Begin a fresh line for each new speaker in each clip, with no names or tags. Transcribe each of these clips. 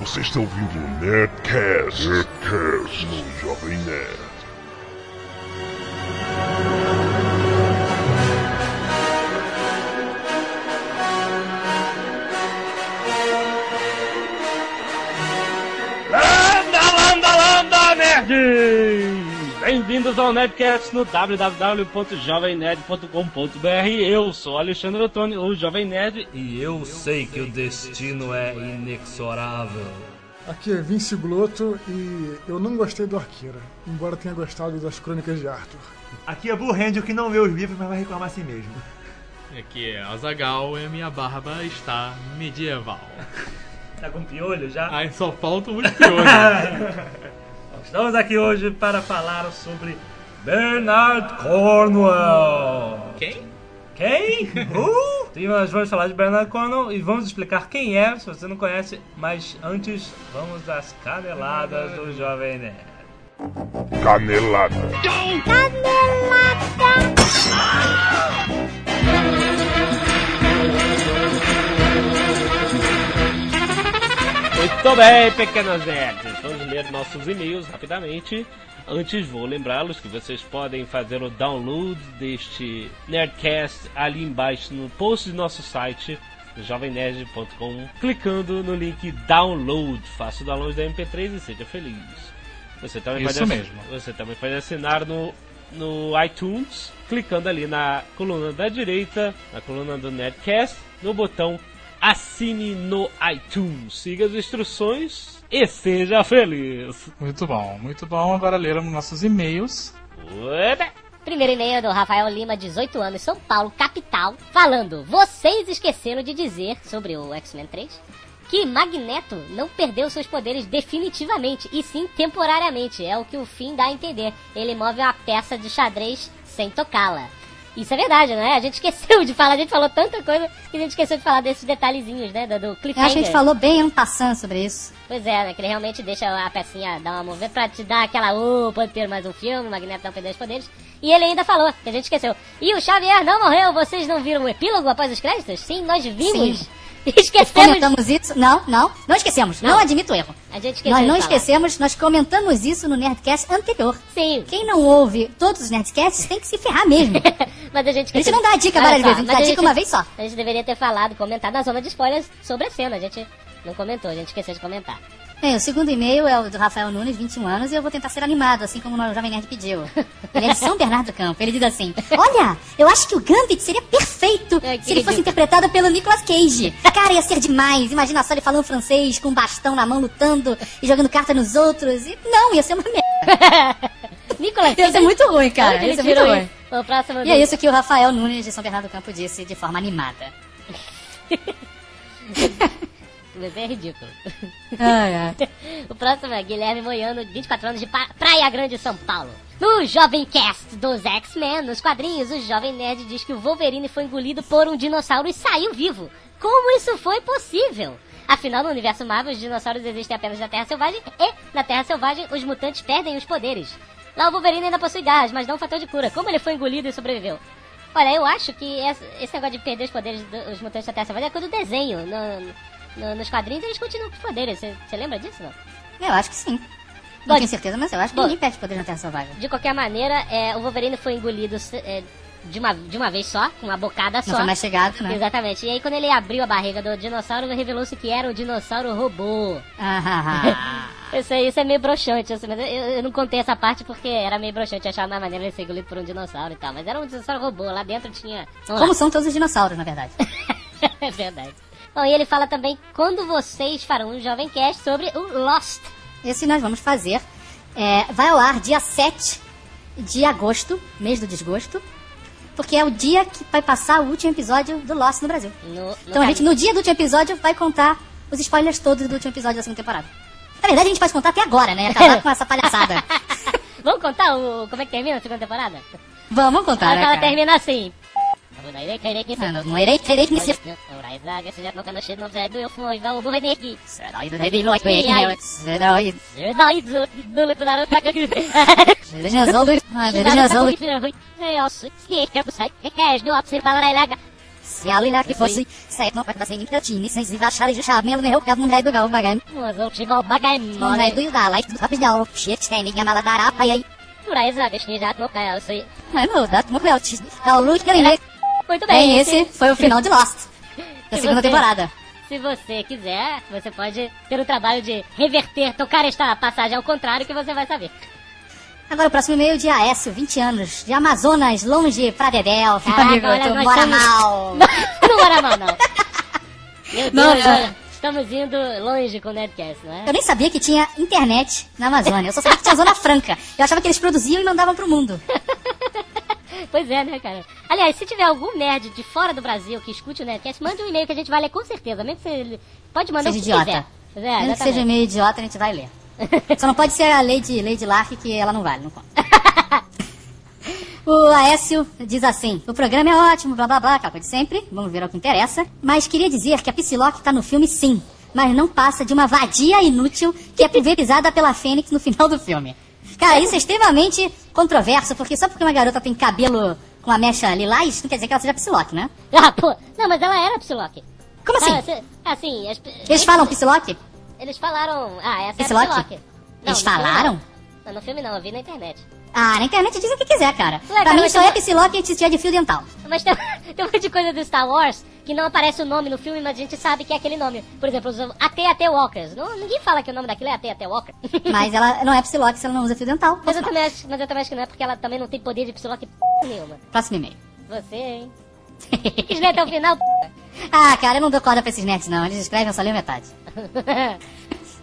Você está ouvindo o Nerdcast, Nerdcast no Jovem Nerd.
Landa, landa, landa, nerds! Bem-vindos ao Nerdcast no www.jovemnerd.com.br. Eu sou Alexandre Ottoni, o Jovem Nerd.
E eu sei que o destino é inexorável.
Aqui é Vince Gloto e eu não gostei do Arqueira, embora tenha gostado das Crônicas de Arthur.
Aqui é Blue Hand, o que não lê os livros, mas vai reclamar assim mesmo.
Aqui é Azagal e a minha barba está medieval.
Tá com piolho já?
Aí só faltam os piores.
Estamos aqui hoje para falar sobre Bernard Cornwell.
Quem?
Quem? Uh! E nós vamos falar de Bernard Cornwell e vamos explicar quem é, se você não conhece. Mas antes, vamos às caneladas do Jovem Nerd.
Canelada.
Muito bem, pequenas nerds. Vamos ler nossos e-mails rapidamente. Antes, vou lembrá-los que vocês podem fazer o download deste Nerdcast ali embaixo no post do nosso site jovemnerd.com clicando no link download. Faça o download da MP3 e seja feliz. Você também
Isso
pode assi-
mesmo.
Você também pode assinar no, no iTunes, clicando ali na coluna da direita, na coluna do Nerdcast, no botão Assine no iTunes. Siga as instruções e seja feliz.
Muito bom, muito bom. Agora leremos nossos e-mails.
Ueda!
Primeiro e-mail é do Rafael Lima, 18 anos, São Paulo, capital, falando: Vocês esqueceram de dizer sobre o X-Men 3 que Magneto não perdeu seus poderes definitivamente, e sim temporariamente. É o que o fim dá a entender. Ele move uma peça de xadrez sem tocá-la. Isso é verdade, né? A gente esqueceu de falar, a gente falou tanta coisa que a gente esqueceu de falar desses detalhezinhos, né? Do, do
Eu acho que É, a
cliffhanger.
gente falou bem ano passando sobre isso.
Pois é, né? Que ele realmente deixa a pecinha dar uma mover pra te dar aquela opa, ter mais um filme, o Magneto não perdeu os poderes. E ele ainda falou, que a gente esqueceu. E o Xavier não morreu, vocês não viram o epílogo após os créditos? Sim, nós vimos.
Sim.
Esquecemos.
Comentamos isso. Não, não. Não esquecemos. Não,
Não.
admito o erro.
A gente esqueceu.
Nós
de
não
falar.
esquecemos, nós comentamos isso no Nerdcast anterior.
Sim.
Quem não ouve todos os Nerdcasts tem que se ferrar mesmo.
Mas a gente esqueceu.
A gente não dá a dica
Olha
várias
só,
vezes, a gente
mas
dá a dica uma vez só.
A gente deveria ter falado, comentado na zona de spoilers sobre a cena. A gente não comentou, a gente esqueceu de comentar.
Bem, o segundo e-mail é o do Rafael Nunes, 21 anos, e eu vou tentar ser animado, assim como o Jovem Nerd pediu. Ele é de São Bernardo do Campo. Ele diz assim: Olha, eu acho que o Gambit seria perfeito
É, que
se ele fosse
ridículo.
interpretado pelo Nicolas Cage. Cara, ia ser demais. Imagina só ele falando francês, com um bastão na mão, lutando e jogando carta nos outros. E não, ia ser uma merda.
Nicolas,
Ia ser é muito ruim,
Olha
cara.
que
Ia
ele
ser muito
tirou
ruim.
isso. O próximo
E é isso que o Rafael Nunes de São Bernardo do Campo disse de forma animada.
Mas é ridículo.
Ai, ai.
O próximo é Guilherme Moiano, 24 anos de Pa- Praia Grande, São Paulo. No Jovem Cast dos X-Men, nos quadrinhos, o Jovem Nerd diz que o Wolverine foi engolido por um dinossauro e saiu vivo. Como isso foi possível? Afinal, no universo Marvel, os dinossauros existem apenas na Terra Selvagem e, na Terra Selvagem, os mutantes perdem os poderes. Lá o Wolverine ainda possui garras, mas não um fator de cura. Como ele foi engolido e sobreviveu? Olha, eu acho que essa- esse negócio de perder os poderes dos mutantes da Terra Selvagem é coisa do desenho. No- no- nos quadrinhos eles continuam com os poderes. Você você lembra disso, não?
Eu acho que sim.
Bom,
Não tenho certeza, mas eu acho que
bom.
ninguém perde poder na Terra Selvagem.
De qualquer maneira, é, o Wolverine foi engolido se- é, de, uma, de uma vez só, com uma bocada
Não
só.
foi mais chegado, né?
Exatamente. E aí, quando ele abriu a barriga do dinossauro, revelou-se que era um dinossauro robô.
Ah,
Isso, aí- isso é meio broxante, assim, mas eu, eu não contei essa parte porque era meio broxante, eu achava mais maneiro ele ser engolido por um dinossauro e tal. Mas era um dinossauro robô, lá dentro tinha. Vamos lá.
Como são todos os dinossauros, na verdade.
é verdade. Bom, e ele fala também quando vocês farão um Jovem Cast sobre o Lost.
Esse nós vamos fazer. É, vai ao ar dia 7 de agosto, mês do desgosto, porque é o dia que vai passar o último episódio do Lost no Brasil.
No, no
Então a gente, no dia do último episódio, vai contar os spoilers todos do último episódio da segunda temporada. Na verdade, a gente pode contar até agora, né? Acabar com essa palhaçada.
Vamos contar o, como é que termina a segunda temporada?
Vamos contar,
Ela-
né,
ela
cara?
termina assim. Ah,
Ah, Não irei, terei que me ser... Será que terei logo bem, né? Será que- Dinossauros... Ah, Dinossauros... Se a Lina que fosse, se não vai fazer intatini, sem se achar de chamelo, meu que não é do gal, bagam.
Mas eu te vou pagar
Não é do da light do rapidão, shit, tem ninguém mala dará, pai aí.
Por aí, Zaga, já não caiu isso aí.
Mas meu, dá tu meu, tá o look ganhei.
Muito bem.
Bem, esse foi o final de Lost, da
E
segunda
você?
temporada.
Se você quiser, você pode ter o trabalho de reverter, tocar esta passagem ao contrário que você vai saber.
Agora o próximo e-mail de Aécio, 20 anos, de Amazonas, longe pra Dedel. Meu
Caraca,
amigo,
olha,
tu
nós
mora
somos-
mal.
não era mal, não. Meu Deus,
Não, não.
olha, estamos indo longe com o Nerdcast, não é?
Eu nem sabia que tinha internet na Amazônia. Eu só sabia que tinha Zona Franca. Eu achava que eles produziam e mandavam pro mundo.
Pois é, né, cara? Aliás, se tiver algum nerd de fora do Brasil que escute o Nerdcast, mande um e-mail que a gente vai ler com certeza. Mesmo que você... Pode mandar
Seja
o que
idiota.
quiser. Pois É,
Mesmo que seja
exatamente.
meio idiota, a gente vai ler. Só não pode ser a Lady, Lady Lark, que ela não vale, não conta. O Aécio diz assim: o programa é ótimo, blá blá blá, aquela coisa de sempre, vamos ver ao que interessa. Mas queria dizer que a Psylocke tá no filme sim, mas não passa de uma vadia inútil que é pulverizada pela Fênix no final do filme. Cara, isso é extremamente controverso, porque só porque uma garota tem cabelo com a mecha lilás, não quer dizer que ela seja Psylocke, né?
Ah, pô. Não, mas ela era Psylocke.
Como assim?
Ah, cê- assim, as-
Eles falam Psylocke?
Eles falaram... Ah, essa é a
Psylocke?
Psylocke. Não,
Eles
no filme
falaram?
Não, no filme não, eu vi na internet.
Ah, na internet dizem o que quiser, cara.
Ué,
pra
cara,
mim
mas
só
tem
é
uma-
Psylocke se tiver de fio dental.
Mas tem, tem um monte de coisa do Star Wars que não aparece o nome no filme, mas a gente sabe que é aquele nome. Por exemplo, os AT-AT Walkers. Não, ninguém fala que o nome daquilo é AT-AT Walker.
Mas ela não é Psylocke se ela não usa fio dental.
mas, eu também acho, mas eu também acho que não é, porque ela também não tem poder de psiloque p*** nenhuma.
Próximo e-mail.
Você, hein? Quis ler até o final, p***.
Ah, cara, eu não dou corda pra esses nerds, não. Eles escrevem, eu só leio metade.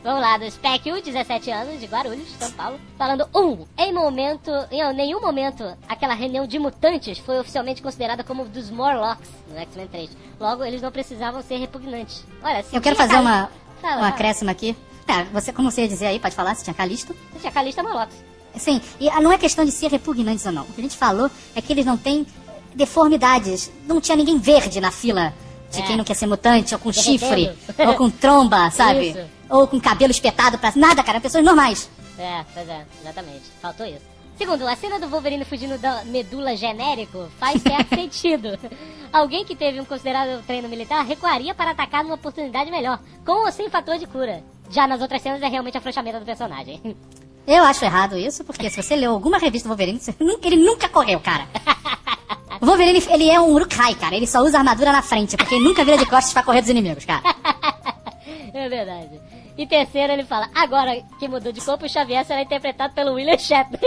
Vamos lá, do Specchio, 17 anos, de Guarulhos, São Paulo, falando um, em momento, em nenhum momento, aquela reunião de mutantes foi oficialmente considerada como dos Morlocks no X-Men 3. Logo, eles não precisavam ser repugnantes. Olha, se
Eu quero
tinha
fazer
Cali-
uma,
Fala,
um
fala.
acréscimo aqui. É, você, como você ia dizer aí, pode falar, se tinha Calisto.
Se tinha Calista Morlocks.
Sim, e ah, não é questão de ser repugnantes ou não. O que a gente falou é que eles não têm deformidades. Não tinha ninguém verde na fila de
É.
quem não quer ser mutante, ou com
Derretendo.
chifre, ou com tromba, sabe?
Isso.
Ou com cabelo espetado pra... Nada, cara, pessoas normais.
É, pois é, exatamente. Faltou isso. Segundo, a cena do Wolverine fugindo da medula genérico faz certo sentido. Alguém que teve um considerável treino militar recuaria para atacar numa oportunidade melhor, com ou sem fator de cura. Já nas outras cenas é realmente afrouxamento do personagem.
Eu acho errado isso, porque se você leu alguma revista do Wolverine, você nunca- ele nunca correu, cara. O Wolverine, ele é um urukai, cara. Ele só usa armadura na frente, porque ele nunca vira de costas pra correr dos inimigos, cara.
é verdade. E terceiro, ele fala: agora que mudou de corpo, o Xavier será interpretado pelo William Shatner.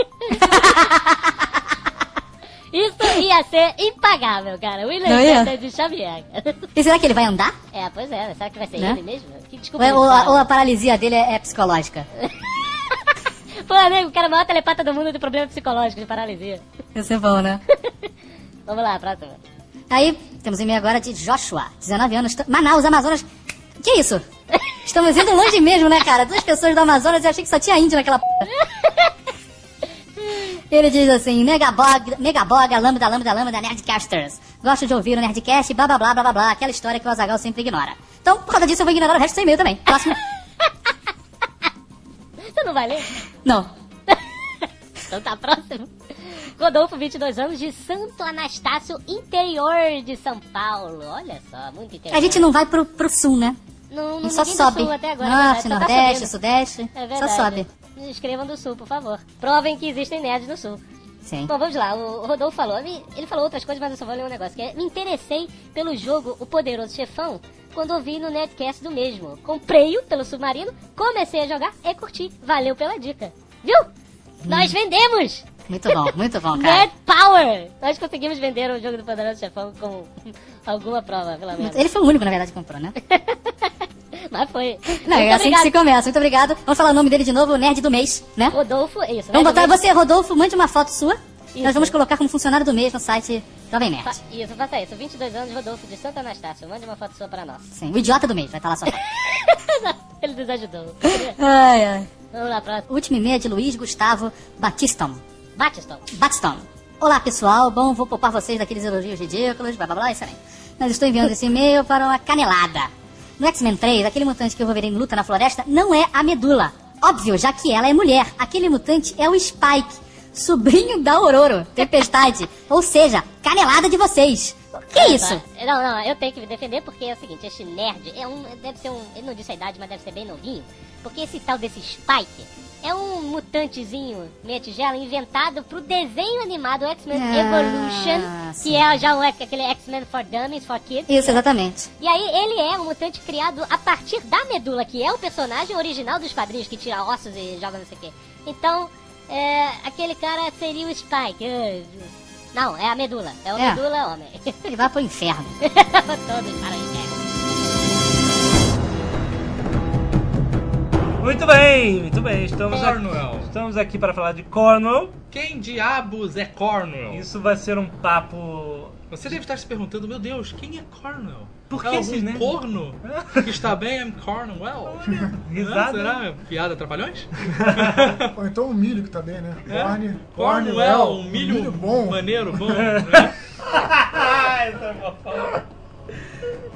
Isso ia ser impagável, cara. William
Não ia?
Shatner de Xavier. cara.
E será que ele vai andar?
É, pois é. Será que vai ser
Né?
ele mesmo? Que
Ou,
desculpa.
é- ou a,
impagável.
ou a paralisia dele é, é psicológica?
Pô, amigo, o cara é o maior telepata do mundo tem problema psicológico de paralisia.
Isso é bom, né?
Vamos lá, próxima.
Aí, temos um e-mail agora de Joshua, 19 anos, t- Manaus, Amazonas. Que isso? Estamos indo longe mesmo, né, cara? Duas pessoas do Amazonas e eu achei que só tinha índio naquela p. Ele diz assim, Megaboga, Megaboga, Lambda, Lambda, Lambda, Nerdcasters. Gosto de ouvir o Nerdcast, blá, blá, blá, blá, blá, blá, aquela história que o Azagal sempre ignora. Então, por causa disso, eu vou ignorar o resto do seu e-mail também. Próximo.
Você não vai ler?
Não.
Então tá próximo. Rodolfo, 22 anos, de Santo Anastácio, interior de São Paulo. Olha só, muito interior.
A gente não vai pro, pro sul, né?
não,
A
não
gente só
ninguém do
sobe.
Sul até agora, é
Norte,
verdade, só tá
Nordeste,
subindo.
Sudeste.
É verdade.
só sobe.
Escrevam do Sul, por favor. Provem que existem nerds no Sul.
Sim.
Bom, vamos lá. O Rodolfo falou. me- Ele falou outras coisas, mas eu só vou ler um negócio. Que é, me interessei pelo jogo O Poderoso Chefão quando ouvi no netcast do mesmo. Comprei-o pelo Submarino, comecei a jogar e curti. Valeu pela dica. Viu? Nós vendemos!
Muito bom, muito bom, cara.
Nerd Power! Nós conseguimos vender o jogo do Poderoso Chefão com alguma prova, pelo menos.
Ele foi o único, na verdade, que comprou, né?
Mas foi.
Não, é
Muito
assim que se
obrigado,
começa. Muito obrigado. Vamos falar o nome dele de novo, o nerd do mês, né?
Rodolfo. é Isso,
Vamos
né?
botar você, Rodolfo, mande uma foto sua.
Isso.
Nós vamos colocar como funcionário do mês no site Jovem
Fa-
Nerd.
Isso, faça isso. 22 anos, Rodolfo, de Santa Anastácio. Mande uma foto sua pra nós.
Sim, o idiota do mês, vai estar lá sua foto.
Ele nos ajudou.
ai, ai.
Vamos lá, próximo.
Último e-mail é de Luiz Gustavo Batiston.
Batiston.
Batiston. Olá, pessoal. Bom, vou poupar vocês daqueles elogios ridículos, blá blá blá, excelente. Mas estou enviando esse e-mail para uma canelada. No X-Men 3, aquele mutante que o Wolverine luta na floresta não é a Medula. Óbvio, já que ela é mulher. Aquele mutante é o Spike, sobrinho da Ororo, Tempestade. Ou seja, canelada de vocês. Que isso?
Não, não, eu tenho que me defender porque é o seguinte, este nerd é um. Deve ser um. Ele não disse a idade, mas deve ser bem novinho. Porque esse tal desse Spike é um mutantezinho meia tigela inventado pro desenho animado X-Men
Ah,
Evolution, que
sim.
é já o, aquele X-Men for Dummies, for Kids.
Isso, exatamente.
E aí ele é um mutante criado a partir da medula, que é o personagem original dos quadrinhos, que tira ossos e joga não sei o quê. Então, é, aquele cara seria o Spike. É, Não, é a medula. É o
É.
medula homem.
Ele vai pro inferno.
Todos para o inferno.
Muito bem, muito bem. Estamos, a-
Cornwell.
estamos aqui para falar de Cornwall.
Quem diabos é Cornwell?
Isso vai ser um papo.
Você deve estar se perguntando, meu Deus, quem é Cornwell?
Por
é
que esses
né?
algum
né?
nerds?
corno que está bem, I'm Cornwell?
né? Risada.
Será? Piada Trapalhões?
Ou então o milho que tá bem, né? Corne. É
Cornwell, um milho,
milho bom.
maneiro, bom. né?
né?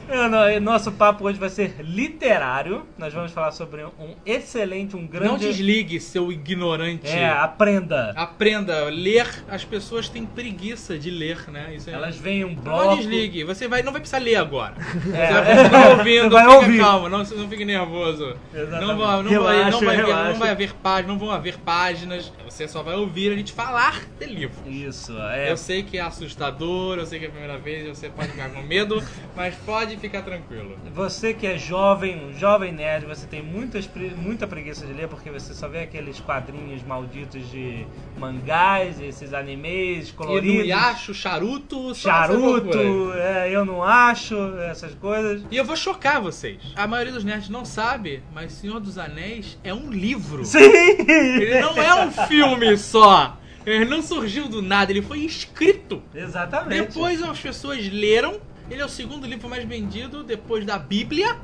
É, não, e Nosso papo hoje vai ser literário. Nós vamos falar sobre um excelente, um grande.
Não desligue, seu ignorante.
É, aprenda.
Aprenda, ler. As pessoas têm preguiça de ler, né? Isso é...
Elas veem um bloco.
Não desligue, você vai, não vai precisar ler agora.
É.
Você vai continuar
Você
ouvindo,
vai
fica
ouvir.
calmo, não, não fique nervoso.
Exatamente.
Não, vai, não, vai,
Relaxa,
não, vai haver,
relaxa.
não vai haver páginas, não vão haver páginas. Você só vai ouvir a gente falar de livro.
Isso, é.
Eu sei que é assustador, eu sei que é a primeira vez, você pode ficar com medo, mas pode ficar tranquilo.
Você que é jovem, um jovem nerd, você tem muitas, pre- muita preguiça de ler porque você só vê aqueles quadrinhos malditos de mangás, esses animes
E no
coloridos,
Yacho, charuto, só essa loucura.
charuto, é, eu não acho, essas coisas.
E eu vou chocar vocês. A maioria dos nerds não sabe, mas Senhor dos Anéis é um livro.
Sim!
Ele não é um filme só. Ele não surgiu do nada, ele foi escrito.
Exatamente.
Depois as pessoas leram. Ele é o segundo livro mais vendido depois da Bíblia.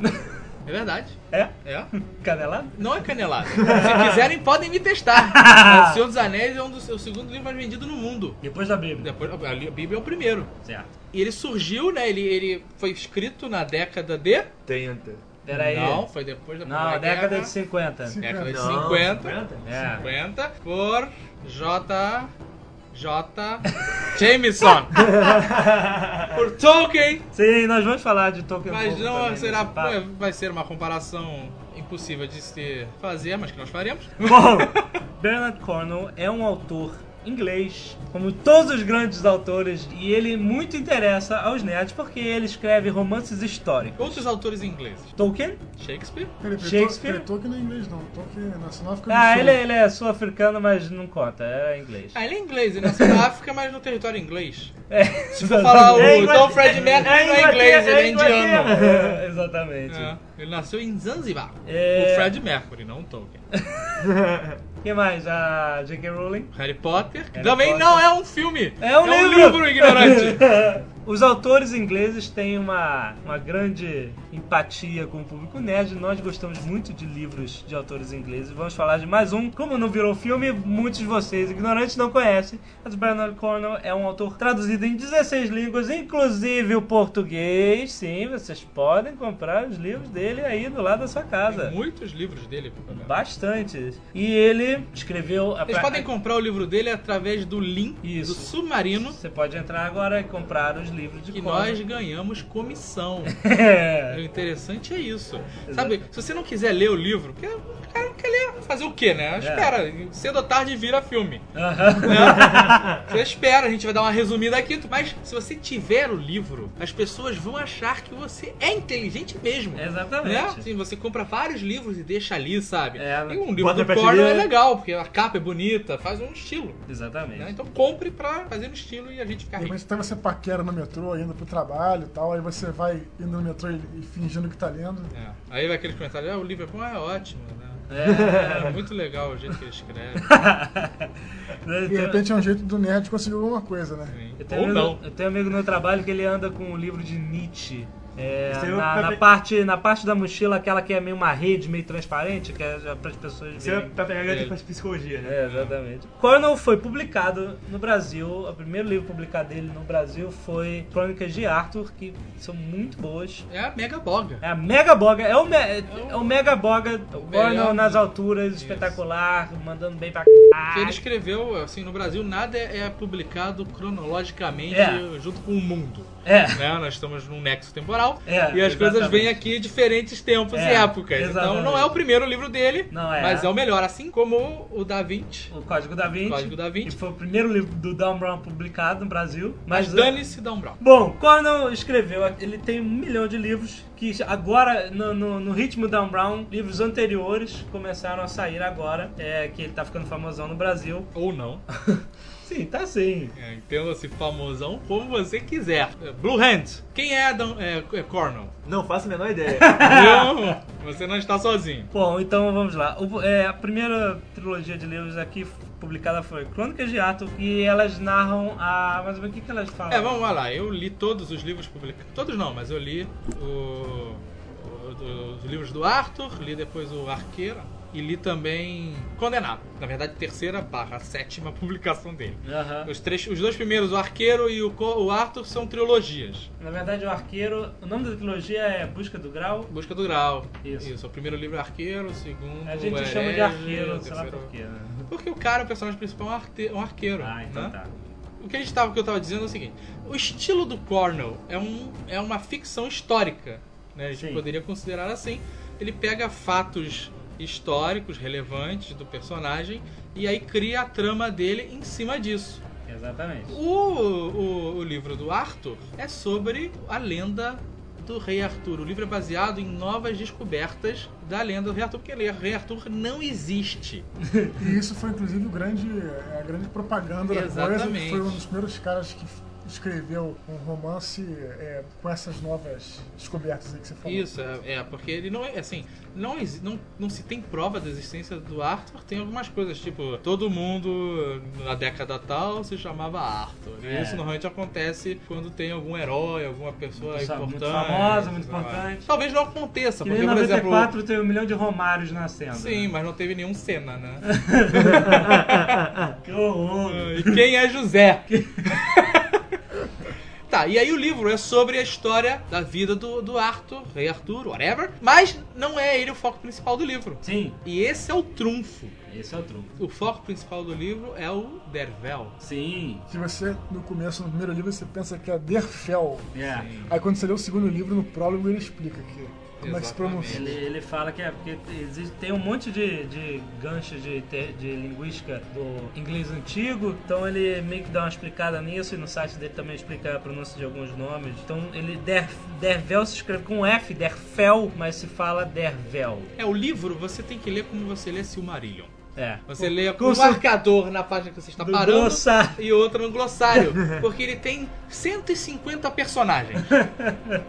É verdade.
É?
É.
Canelada?
Não é canelada. Se quiserem, podem me testar. Mas O Senhor dos Anéis é um dos, é o segundo livro mais vendido no mundo.
Depois da Bíblia.
Depois, a Bíblia é o primeiro.
Certo.
E ele surgiu, né? Ele, ele foi escrito na década de.
30.
Peraí.
Não, é foi depois da
É Não,
Primeira
década
Guerra.
de 50.
Década de
Não, é
50.
50?
50 por J. J. Jameson. por Tolkien.
Sim, nós vamos falar de Tolkien. um
Mas
pouco
não
também
será.
nesse papo.
Vai ser uma comparação impossível de se fazer, mas que nós faremos.
Bom, Bernard Cornwell é um autor inglês, como todos os grandes autores, e ele muito interessa aos nerds porque ele escreve romances históricos.
Outros autores ingleses.
Tolkien?
Shakespeare.
Peraí, peraí,
Shakespeare?
peraí, Tolkien não é inglês, não. Tolkien é nacional África do
Ah,
Sul.
ele, ele é sul-africano, mas não conta, é inglês.
Ah, ele é inglês, ele nasceu na África, mas no território inglês.
É.
Se for falar o
É
Dom
Inglaterra,
Fred Mercury, não é
Inglaterra,
inglês, ele é
Inglaterra.
indiano.
É, exatamente.
É, ele nasceu em Zanzibar.
É.
O Fred Mercury, não o Tolkien.
O que mais? A J.K. Rowling?
Harry Potter, que
Harry
também
Potter.
não é um filme.
É um livro!
ignorante.
Os autores ingleses têm uma, uma grande empatia com o público nerd. Nós gostamos muito de livros de autores ingleses. Vamos falar de mais um. Como não virou filme, muitos de vocês ignorantes não conhecem. Mas o Bernard Cornwell é um autor traduzido em 16 línguas, inclusive o português. Sim, vocês podem comprar os livros dele aí do lado da sua casa.
Tem muitos livros dele. pra comprar.
Bastante. E ele escreveu... A
Vocês podem comprar o livro dele através do link
Isso.
do Submarino,
Você pode entrar agora e comprar os livros de
que nós
Cornwell.
ganhamos comissão.
É.
O interessante é isso. Sabe, se você não quiser ler o livro, porque o cara não quer ler, fazer o quê,
É.
né? Espera, cedo ou tarde vira filme. Né? Você espera, a gente vai dar uma resumida aqui, mas se você tiver o livro, as pessoas vão achar que você é inteligente mesmo.
Exatamente.
Né? Assim, você compra vários livros e deixa ali, sabe?
É,
e um livro
bota
do
pra te
Cornwell é
ler.
legal, porque a capa é bonita, faz um estilo.
Exatamente.
né? Então compre pra fazer no estilo e a gente ficar
De
rico.
repente até então você paquera no metrô, indo pro trabalho e tal, aí você vai indo no metrô e, e fingindo que tá lendo.
É. Aí vai aqueles comentários, ah, o livro é bom, é ótimo, né? É muito legal o jeito que ele escreve. assim.
então.
De repente é um jeito do nerd conseguir alguma coisa, né?
Sim.
Eu tenho,
Ou
amigo,
não.
eu tenho amigo no trabalho que ele anda com um livro de Nietzsche É,
Isso aí eu-
na, na parte, na parte da mochila, aquela que é meio uma rede, meio transparente, que é para as pessoas
Isso é
verem.
pra pegar gancho pra psicologia, né?
É, exatamente. Cornell foi publicado no Brasil, o primeiro livro publicado dele no Brasil foi Crônicas de Arthur, que são muito boas.
É a mega boga.
É a Mega Boga, é o, me- é o Mega Boga, o Cornell
melhor
nas
livro.
alturas,
Isso.
espetacular, mandando bem pra
Porque Ele
c******.
escreveu, assim, no Brasil nada é é publicado cronologicamente
É.
junto com o mundo.
É.
Né? Nós estamos num nexo temporal
É,
e as coisas
exatamente.
vêm aqui em diferentes tempos
É,
e épocas. Então
exatamente.
não é o primeiro livro dele,
Não é.
mas é o melhor, assim como o da Vinci.
O Código da Vinci.
Código da Vinci.
Que foi o primeiro livro do Dan Brown publicado no Brasil.
Mas
Mas,
dane-se Down Brown.
Bom, Cornell escreveu, ele tem um milhão de livros que agora, no, no, no ritmo Dan Brown, livros anteriores começaram a sair agora, é, que ele tá ficando famosão no Brasil.
Ou não.
Sim, tá sim.
É, Entenda-se famosão como você quiser. É, Blue Hand. Quem é, Adam, é, é Cornell?
Não faço a menor ideia.
Não, você não está sozinho.
Bom, então vamos lá. O- é, a primeira trilogia de livros aqui f- publicada foi Crônicas de Ato, e elas narram a... mas o que que elas falam?
É, vamos lá. Eu li todos os livros publicados. Todos não, mas eu li o- o- do- os livros do Arthur, li depois o Arqueiro e li também Condenado. Na verdade, terceira barra sétima publicação dele.
Aham.
Os, três, os dois primeiros, o Arqueiro e o, Co- o Arthur, são trilogias.
Na verdade, o arqueiro... O nome da trilogia é Busca do Grau.
Busca do Grau.
Isso.
O primeiro livro é Arqueiro, o segundo
A gente
é
chama de
Herege,
arqueiro,
o
sei lá
terceiro-
por quê, né?
Porque o cara, o personagem principal, é um, arte- um arqueiro.
Ah, então
né?
tá.
O que, a gente tava, o que eu tava dizendo é o seguinte: o estilo do Cornell é, um, é uma ficção histórica. Né? A gente
Sim.
poderia considerar assim. Ele pega fatos históricos relevantes do personagem e aí cria a trama dele em cima disso.
Exatamente.
O, o, o livro do Arthur é sobre a lenda do Rei Arthur. O livro é baseado em novas descobertas da lenda do Rei Arthur, porque o Rei Arthur não existe.
E isso foi inclusive o grande, é, a grande propaganda da coisa.
Exatamente.
que Foi um dos primeiros caras que escreveu um romance é, com essas novas descobertas aí que você falou.
Isso, é, é, porque ele não é assim, não, exi- não, não se tem prova da existência do Arthur, tem algumas coisas, tipo, todo mundo eh, na década tal se chamava Arthur. E
É.
isso normalmente acontece quando tem algum herói, alguma pessoa
Muito fa- muito
importante.
famosa, muito
sei lá.
importante.
Talvez não aconteça,
Que
porque,
nem em
por
94
exemplo.
tem um milhão de Romários nascendo.
Sim,
né?
mas não teve nenhum cena, né?
né? Que horror.
E quem é José? Tá, e aí o livro é sobre a história da vida do, do Arthur, Rei Arthur, whatever, mas não é ele o foco principal do livro.
Sim,
E esse é o trunfo.
esse é o truque.
O foco principal do livro é o Dervel.
Sim,
Que você, no começo, no primeiro livro, você pensa que é Derfel.
é.
Aí quando você lê o segundo livro, no prólogo, ele explica que, como é que se
Exatamente.
pronuncia.
Ele, ele fala que é porque existe, tem um monte de, de ganchos de, te- de linguística do inglês antigo, então ele meio que dá uma explicada nisso e no site dele também explica a pronúncia de alguns nomes. Então ele der, Dervel se escreve com F, Derfel, mas se fala Dervel.
É, o livro você tem que ler como você lê Silmarillion.
É.
Você lê com um
curso-
marcador na página que você está
Do
parando
glossário.
e outro no glossário. Porque ele tem 150 personagens.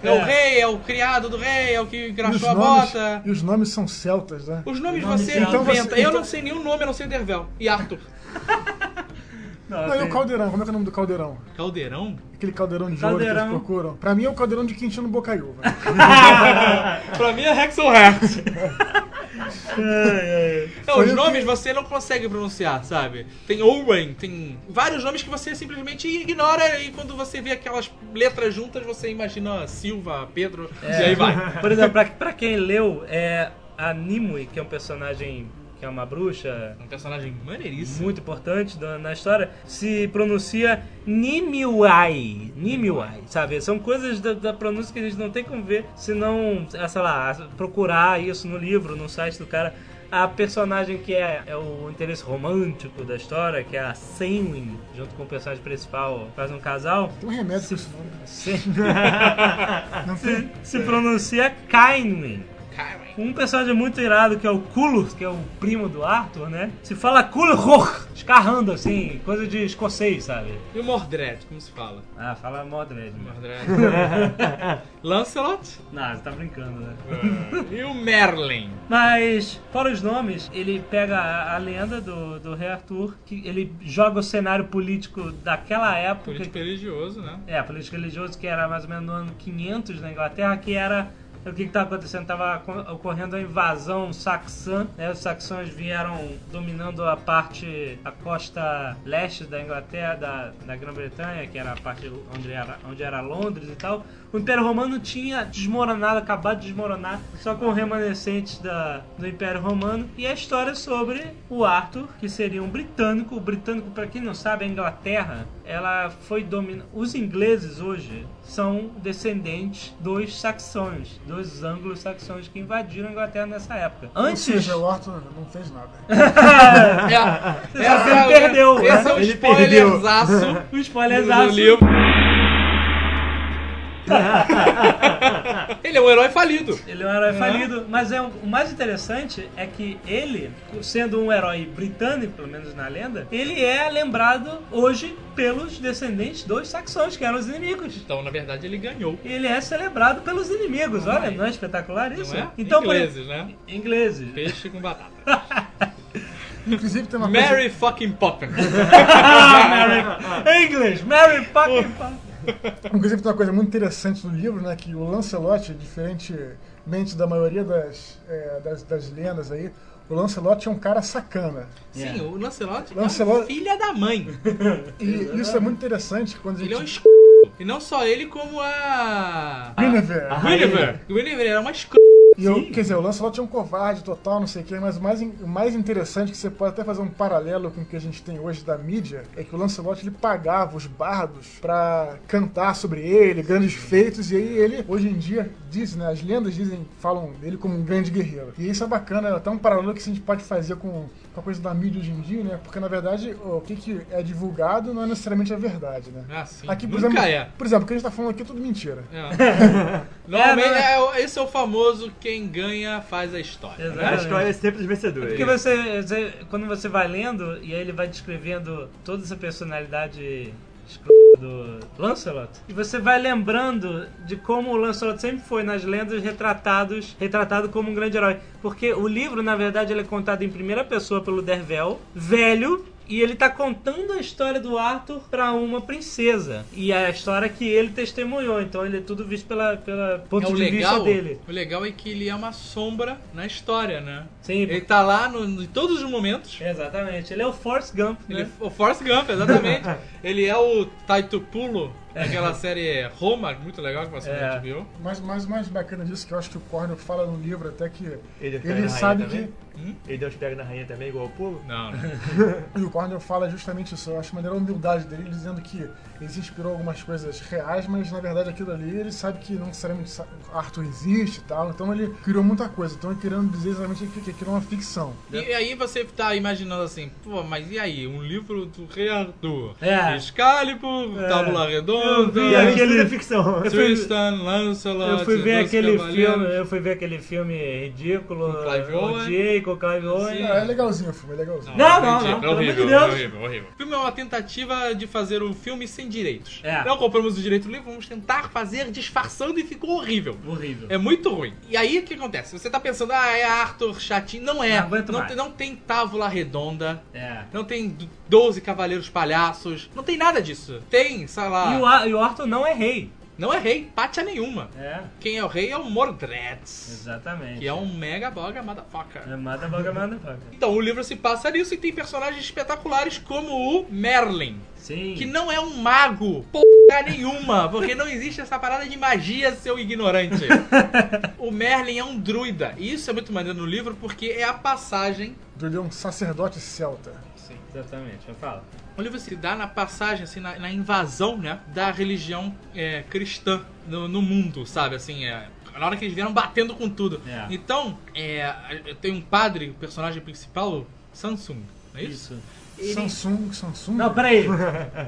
É, o rei, é o criado do rei, é o que
E os,
engraxou a
nomes,
bota.
e os nomes são celtas, né?
Os nomes
Nome
você
geral.
Então você-
inventa. Eu
então-
não sei nenhum nome, a não ser Dervel e Arthur.
Não, e o caldeirão, como é que é o nome do caldeirão?
Caldeirão?
Aquele caldeirão de ouro que
Caldeirão.
eles procuram. Pra mim é o caldeirão de Quintino Bocaiúva.
pra mim é Hexel Hert. É,
Foi
os
o
nomes você não consegue pronunciar, sabe? Tem Owen, tem vários nomes que você simplesmente ignora e quando você vê aquelas letras juntas você imagina Silva, Pedro
É.
e aí vai.
Por exemplo, pra, pra quem leu, é a Nimue, que é um personagem que é uma bruxa
Um personagem maneiríssimo.
muito importante da- na história, se pronuncia Nimiwai. Nimiwai, sabe? São coisas da, da pronúncia que a gente não tem como ver se não, ah, sei lá, procurar isso no livro, no site do cara. A personagem que é, é o interesse romântico da história, que é a Senwin, junto com o personagem principal, faz um casal.
Tem um remédio pra esse nome.
Se,
Não
se,
tem?
se pronuncia Kainwin.
Karen.
Um personagem muito irado que é o Kulur, que é o primo do Arthur, né? Se fala Kulur, escarrando assim, coisa de escocês, sabe?
E o Mordred, como se fala?
Ah, fala Mordred, mano.
Mordred. Lancelot
Não, você tá brincando, né?
e o Merlin.
Mas, fora os nomes, ele pega a, a lenda do, do Rei Arthur, que ele joga o cenário político daquela época.
Político religioso, né?
É, político religioso, que era mais ou menos no ano 500 na Inglaterra, que era. O que estava acontecendo? Estava ocorrendo a invasão saxã, né? Os saxões vieram dominando a parte, a costa leste da Inglaterra, da, da Grã-Bretanha, que era a parte onde era, onde era Londres e tal. O Império Romano tinha desmoronado, acabado de desmoronar, só com remanescentes da, do Império Romano. E a história é sobre o Arthur, que seria um britânico. O britânico, para quem não sabe, a Inglaterra, ela foi dominada. Os ingleses hoje são descendentes dos saxões, dos anglo-saxões que invadiram a Inglaterra nessa época.
Ou
Antes.
seja, o Arthur não fez nada.
É,
Você sabe que ele perdeu, né?
Esse é um
Ele perdeu.
spoilerzaço
O
do
spoilerzaço.
livro. Ele é um herói falido.
Ele é um herói falido, mas é um- o mais interessante é que ele, sendo um herói britânico, pelo menos na lenda, ele é lembrado hoje pelos descendentes dos saxões, que eram os inimigos.
Então, na verdade, ele ganhou.
Ele é celebrado pelos inimigos, olha, não é espetacular isso?
Não é?
Então, por-
Ingleses, né?
ingleses.
Peixe com batata.
Inclusive tem uma coisa.
Mary fucking Poppins.
Ah, Mary, English, Mary fucking fuck.
Inclusive tem uma coisa muito interessante no livro, né? Que o Lancelot, diferentemente da maioria das, é, das, das lendas aí, o Lancelot é um cara sacana.
Sim, o Lancelot, é um
Lancelot-
filha da mãe.
E isso é muito interessante quando a
Ele é um
gente.
esc... E não só ele, como a...
Guinevere.
Ah, Guinevere. Guinevere era uma esc...
E eu- quer dizer, o Lancelot é um covarde total, não sei o quê, mas o mais, in- o mais interessante que você pode até fazer um paralelo com o que a gente tem hoje da mídia é que o Lancelot ele pagava os bardos pra cantar sobre ele, grandes feitos, e aí ele, hoje em dia, diz, né? As lendas dizem, falam dele como um grande guerreiro. E isso é bacana, é até um paralelo que a gente pode fazer com, com a coisa da mídia hoje em dia, né? Porque na verdade o que, que é divulgado não é necessariamente a verdade, né?
Ah, sim.
Aqui, por
Nunca
exemplo,
é.
por exemplo, o que a gente tá falando aqui é tudo mentira.
É. Normalmente,
É,
é, o- esse é o famoso quem ganha faz a história.
A história é sempre dos vencedores.
Porque você, você- quando você vai lendo e aí ele vai descrevendo toda essa personalidade escrota do Lancelot, e você vai lembrando de como o Lancelot sempre foi nas lendas retratados, retratado como um grande herói, porque o livro na verdade ele é contado em primeira pessoa pelo Dervel, velho, e ele tá contando a história do Arthur pra uma princesa. E é a história que ele testemunhou, então ele é tudo visto pela, pela ponto
É, o,
de vista
legal,
dele.
o legal é que ele é uma sombra na história, né?
Sim,
Ele tá lá no, em todos os momentos.
exatamente. Ele é o Force Gump, né?
Ele- o Forrest Gump, exatamente. ele é o Taito Pulo, daquela série Roma, muito legal que passou
É.
na HBO.
Mas, mas o mais bacana disso, que eu acho que o Cornel fala no livro até que
é
é
Ele,
Ele sabe que-
Hum?
Ele deu uns pega na rainha também, igual o pulo.
Não, não.
E o Cornel fala justamente isso. Eu acho maneira a humildade dele, dizendo que ele se inspirou em algumas coisas reais, mas na verdade aquilo ali ele sabe que não necessariamente sa- Arthur existe e tal. Então ele criou muita coisa. Então ele querendo dizer exatamente que que aquilo é uma ficção.
E aí você tá imaginando assim, pô, mas e aí? Um livro do Rei Arthur.
É.
Excalibur, Tábula
Eu
Redonda,
vi
E aí
aquele-
aquele... é ficção.
Eu fui-
Tristan, Lancelot,
Eu fui ver
Dois
aquele
Cavaleiros.
filme, eu fui ver aquele filme ridículo,
Com Clive Owen.
odiei com o Clive Owen.
É, é legalzinho o filme, é legalzinho.
Não, não,
entendi.
não,
É
pelo amor de
horrível, é
Deus.
horrível, é horrível. O filme é uma tentativa de fazer um filme sem direitos.
É.
Não compramos o direito do livro, vamos tentar fazer disfarçando e ficou horrível.
Horrível.
É muito ruim. E aí o que acontece? Você tá pensando, ah, é Arthur chatinho. Não é.
Não aguento mais.
tem- não tem tábula redonda.
É.
Não tem d- 12 cavaleiros palhaços. Não tem nada disso. Tem, sei lá.
E o, Ar- e o Arthur não é rei.
Não é rei, pátia nenhuma.
É,
Quem é o rei é o Mordred.
exatamente.
Que é um mega boga motherfucker.
É Mata Boga Mata Boga.
Então, o livro se passa nisso e tem personagens espetaculares como o Merlin,
Sim.
que não é um mago porra nenhuma, porque não existe essa parada de magia, seu ignorante. o Merlin é um druida, e isso é muito maneiro no livro porque é a passagem.
Ele é um sacerdote celta.
Sim, exatamente. Eu falo.
O livro se dá na passagem, assim, na, na invasão, né, da religião é, cristã no, no mundo, sabe? Assim, é. Na hora que eles vieram batendo com tudo.
É.
Então, é, tem um padre, o personagem principal, o Samsung, não é isso?
Isso.
Samsung, Samsung.
Não, peraí.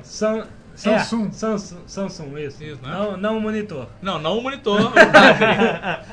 Sam...
Samsung.
É, Samsung, Samsung, isso.
Isso, né?
Não, não o monitor.
Não, não o monitor, o padre.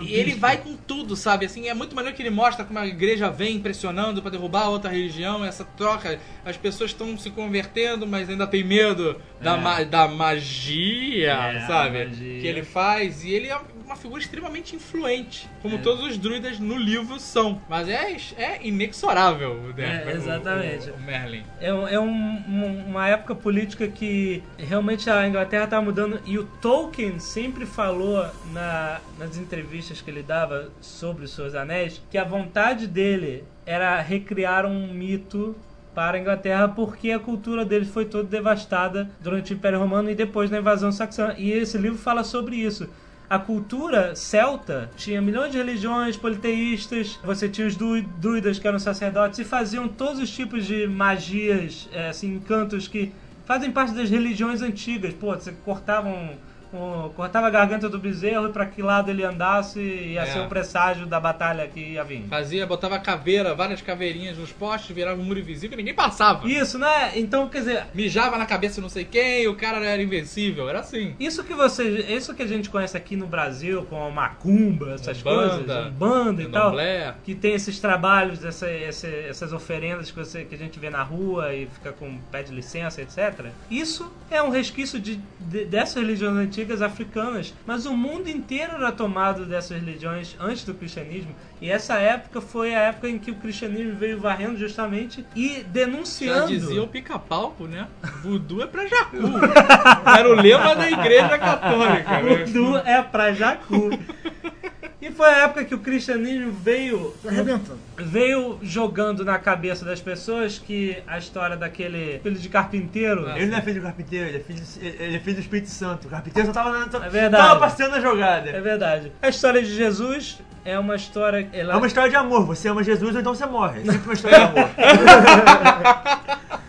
E ele vai com tudo, sabe? Assim, é muito maneiro que ele mostra como a igreja vem impressionando pra derrubar a outra religião, essa troca. As pessoas estão se convertendo, mas ainda tem medo da,
É.
ma- da magia,
É,
sabe?
a magia.
Que ele faz. E ele é uma figura extremamente influente, como
É.
todos os druidas no livro são. Mas é, é inexorável o, Der-
É,
o-
exatamente.
o- o Merlin.
É, um- é um- um- uma época política que realmente a Inglaterra tá mudando e o Tolkien sempre falou na- nas entrevistas que ele dava sobre os seus anéis que a vontade dele era recriar um mito para a Inglaterra porque a cultura dele foi toda devastada durante o Império Romano e depois na invasão saxã. E esse livro fala sobre isso. A cultura celta tinha milhões de religiões politeístas, você tinha os dru- druidas que eram sacerdotes e faziam todos os tipos de magias, é, assim, encantos que fazem parte das religiões antigas. Pô, você cortava, um- um- cortava a garganta do bezerro e pra que lado ele andasse ia
É.
ser o presságio da batalha que ia vir.
Fazia, botava caveira, várias caveirinhas nos postes, virava um muro invisível e ninguém passava.
Isso, né? Então, quer dizer,
Mijava na cabeça de não sei quem, o cara era invencível, era assim.
Isso que você, isso que a gente conhece aqui no Brasil com a macumba, essas
Umbanda,
coisas, banda e tal,
candomblé.
que tem esses trabalhos, essa- esse- essas oferendas que, você, que a gente vê na rua e fica com pede licença, etc. Isso é um resquício de, de- dessas religiões antigas africanas, mas o mundo inteiro era tomado dessas religiões antes do cristianismo e essa época foi a época em que o cristianismo veio varrendo justamente e
Já
denunciando.
dizia o pica-pau, né? Voodoo é pra Jacu. Era o lema da igreja católica, né?
Urdu é pra Jacu. E foi a época que o cristianismo veio,
Tá arrebentando.
veio jogando na cabeça das pessoas que a história daquele filho de carpinteiro.
Ele não é filho do carpinteiro, ele é filho, do- ele é filho do Espírito Santo. O carpinteiro só tava, na- só-
É verdade.
tava passeando a jogada.
É verdade. A história de Jesus é uma história. Ela,
É uma história de amor. Você ama Jesus ou então você morre. É sempre uma história de amor.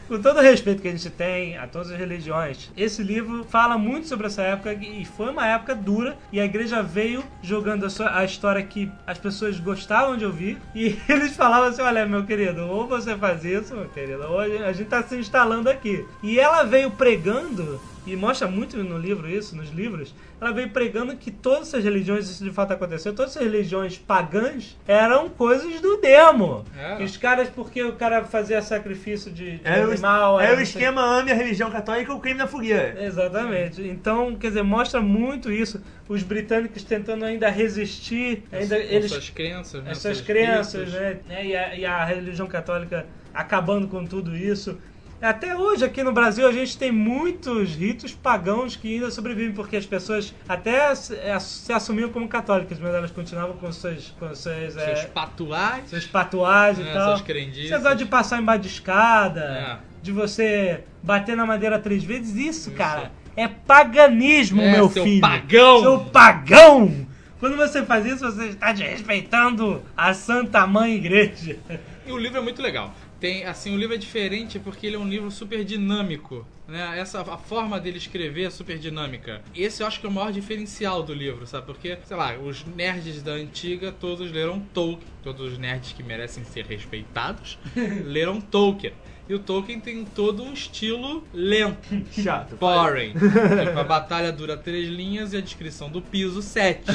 Com todo o respeito que a gente tem a todas as religiões, esse livro fala muito sobre essa época e foi uma época dura e a igreja veio jogando a, sua- a história que as pessoas gostavam de ouvir e eles falavam assim, olha meu querido, ou você faz isso, meu querido, ou a gente tá se instalando aqui. E ela veio pregando e mostra muito no livro isso, nos livros, ela veio pregando que todas essas religiões, isso de fato aconteceu, todas essas religiões pagãs eram coisas do demo.
É.
Que os caras, porque o cara fazia sacrifício de, de
É o,
animal.
é
era
o
não sei-
esquema ame a religião católica ou crime na fogueira.
Exatamente. Então, quer dizer, mostra muito isso. Os britânicos tentando ainda resistir, ainda
Com
eles
suas crenças, né?
essas
Seus
crenças,
ritos.
né? né, E a, e a religião católica acabando com tudo isso. Até hoje, aqui no Brasil, a gente tem muitos ritos pagãos que ainda sobrevivem, porque as pessoas até se é, se assumiam como católicas, mas elas continuavam com seus, com seus, é,
Seus patuais.
seus patuagens e
É,
tal.
essas crendices.
Você gosta de passar embaixo de escada,
É.
de você bater na madeira três vezes, isso, cara, é paganismo,
É,
meu
seu
filho.
pagão.
Seu pagão! Quando você faz isso, você está desrespeitando a Santa Mãe Igreja.
E o livro é muito legal. Tem, assim, o livro é diferente porque ele é um livro super dinâmico, né? Essa a forma dele escrever é super dinâmica. Esse eu acho que é o maior diferencial do livro, sabe? Porque, sei lá, os nerds da antiga todos leram Tolkien, todos os nerds que merecem ser respeitados leram Tolkien. E o Tolkien tem todo um estilo lento,
Chato.
boring. tipo, a batalha dura três linhas e a descrição do piso sete.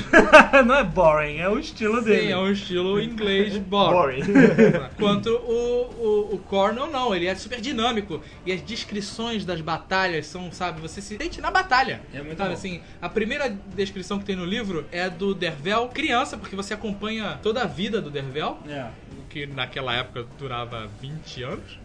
Não é boring, é o estilo dele.
Sim, é um estilo inglês
Boring.
boring. Quanto o, o, o Cornel, não, ele é super dinâmico. E as descrições das batalhas são, sabe, você se sente na batalha.
É muito
sabe,
bom.
assim, a primeira descrição que tem no livro é do Dervel criança, porque você acompanha toda a vida do Dervel,
É.
que naquela época durava 20 anos.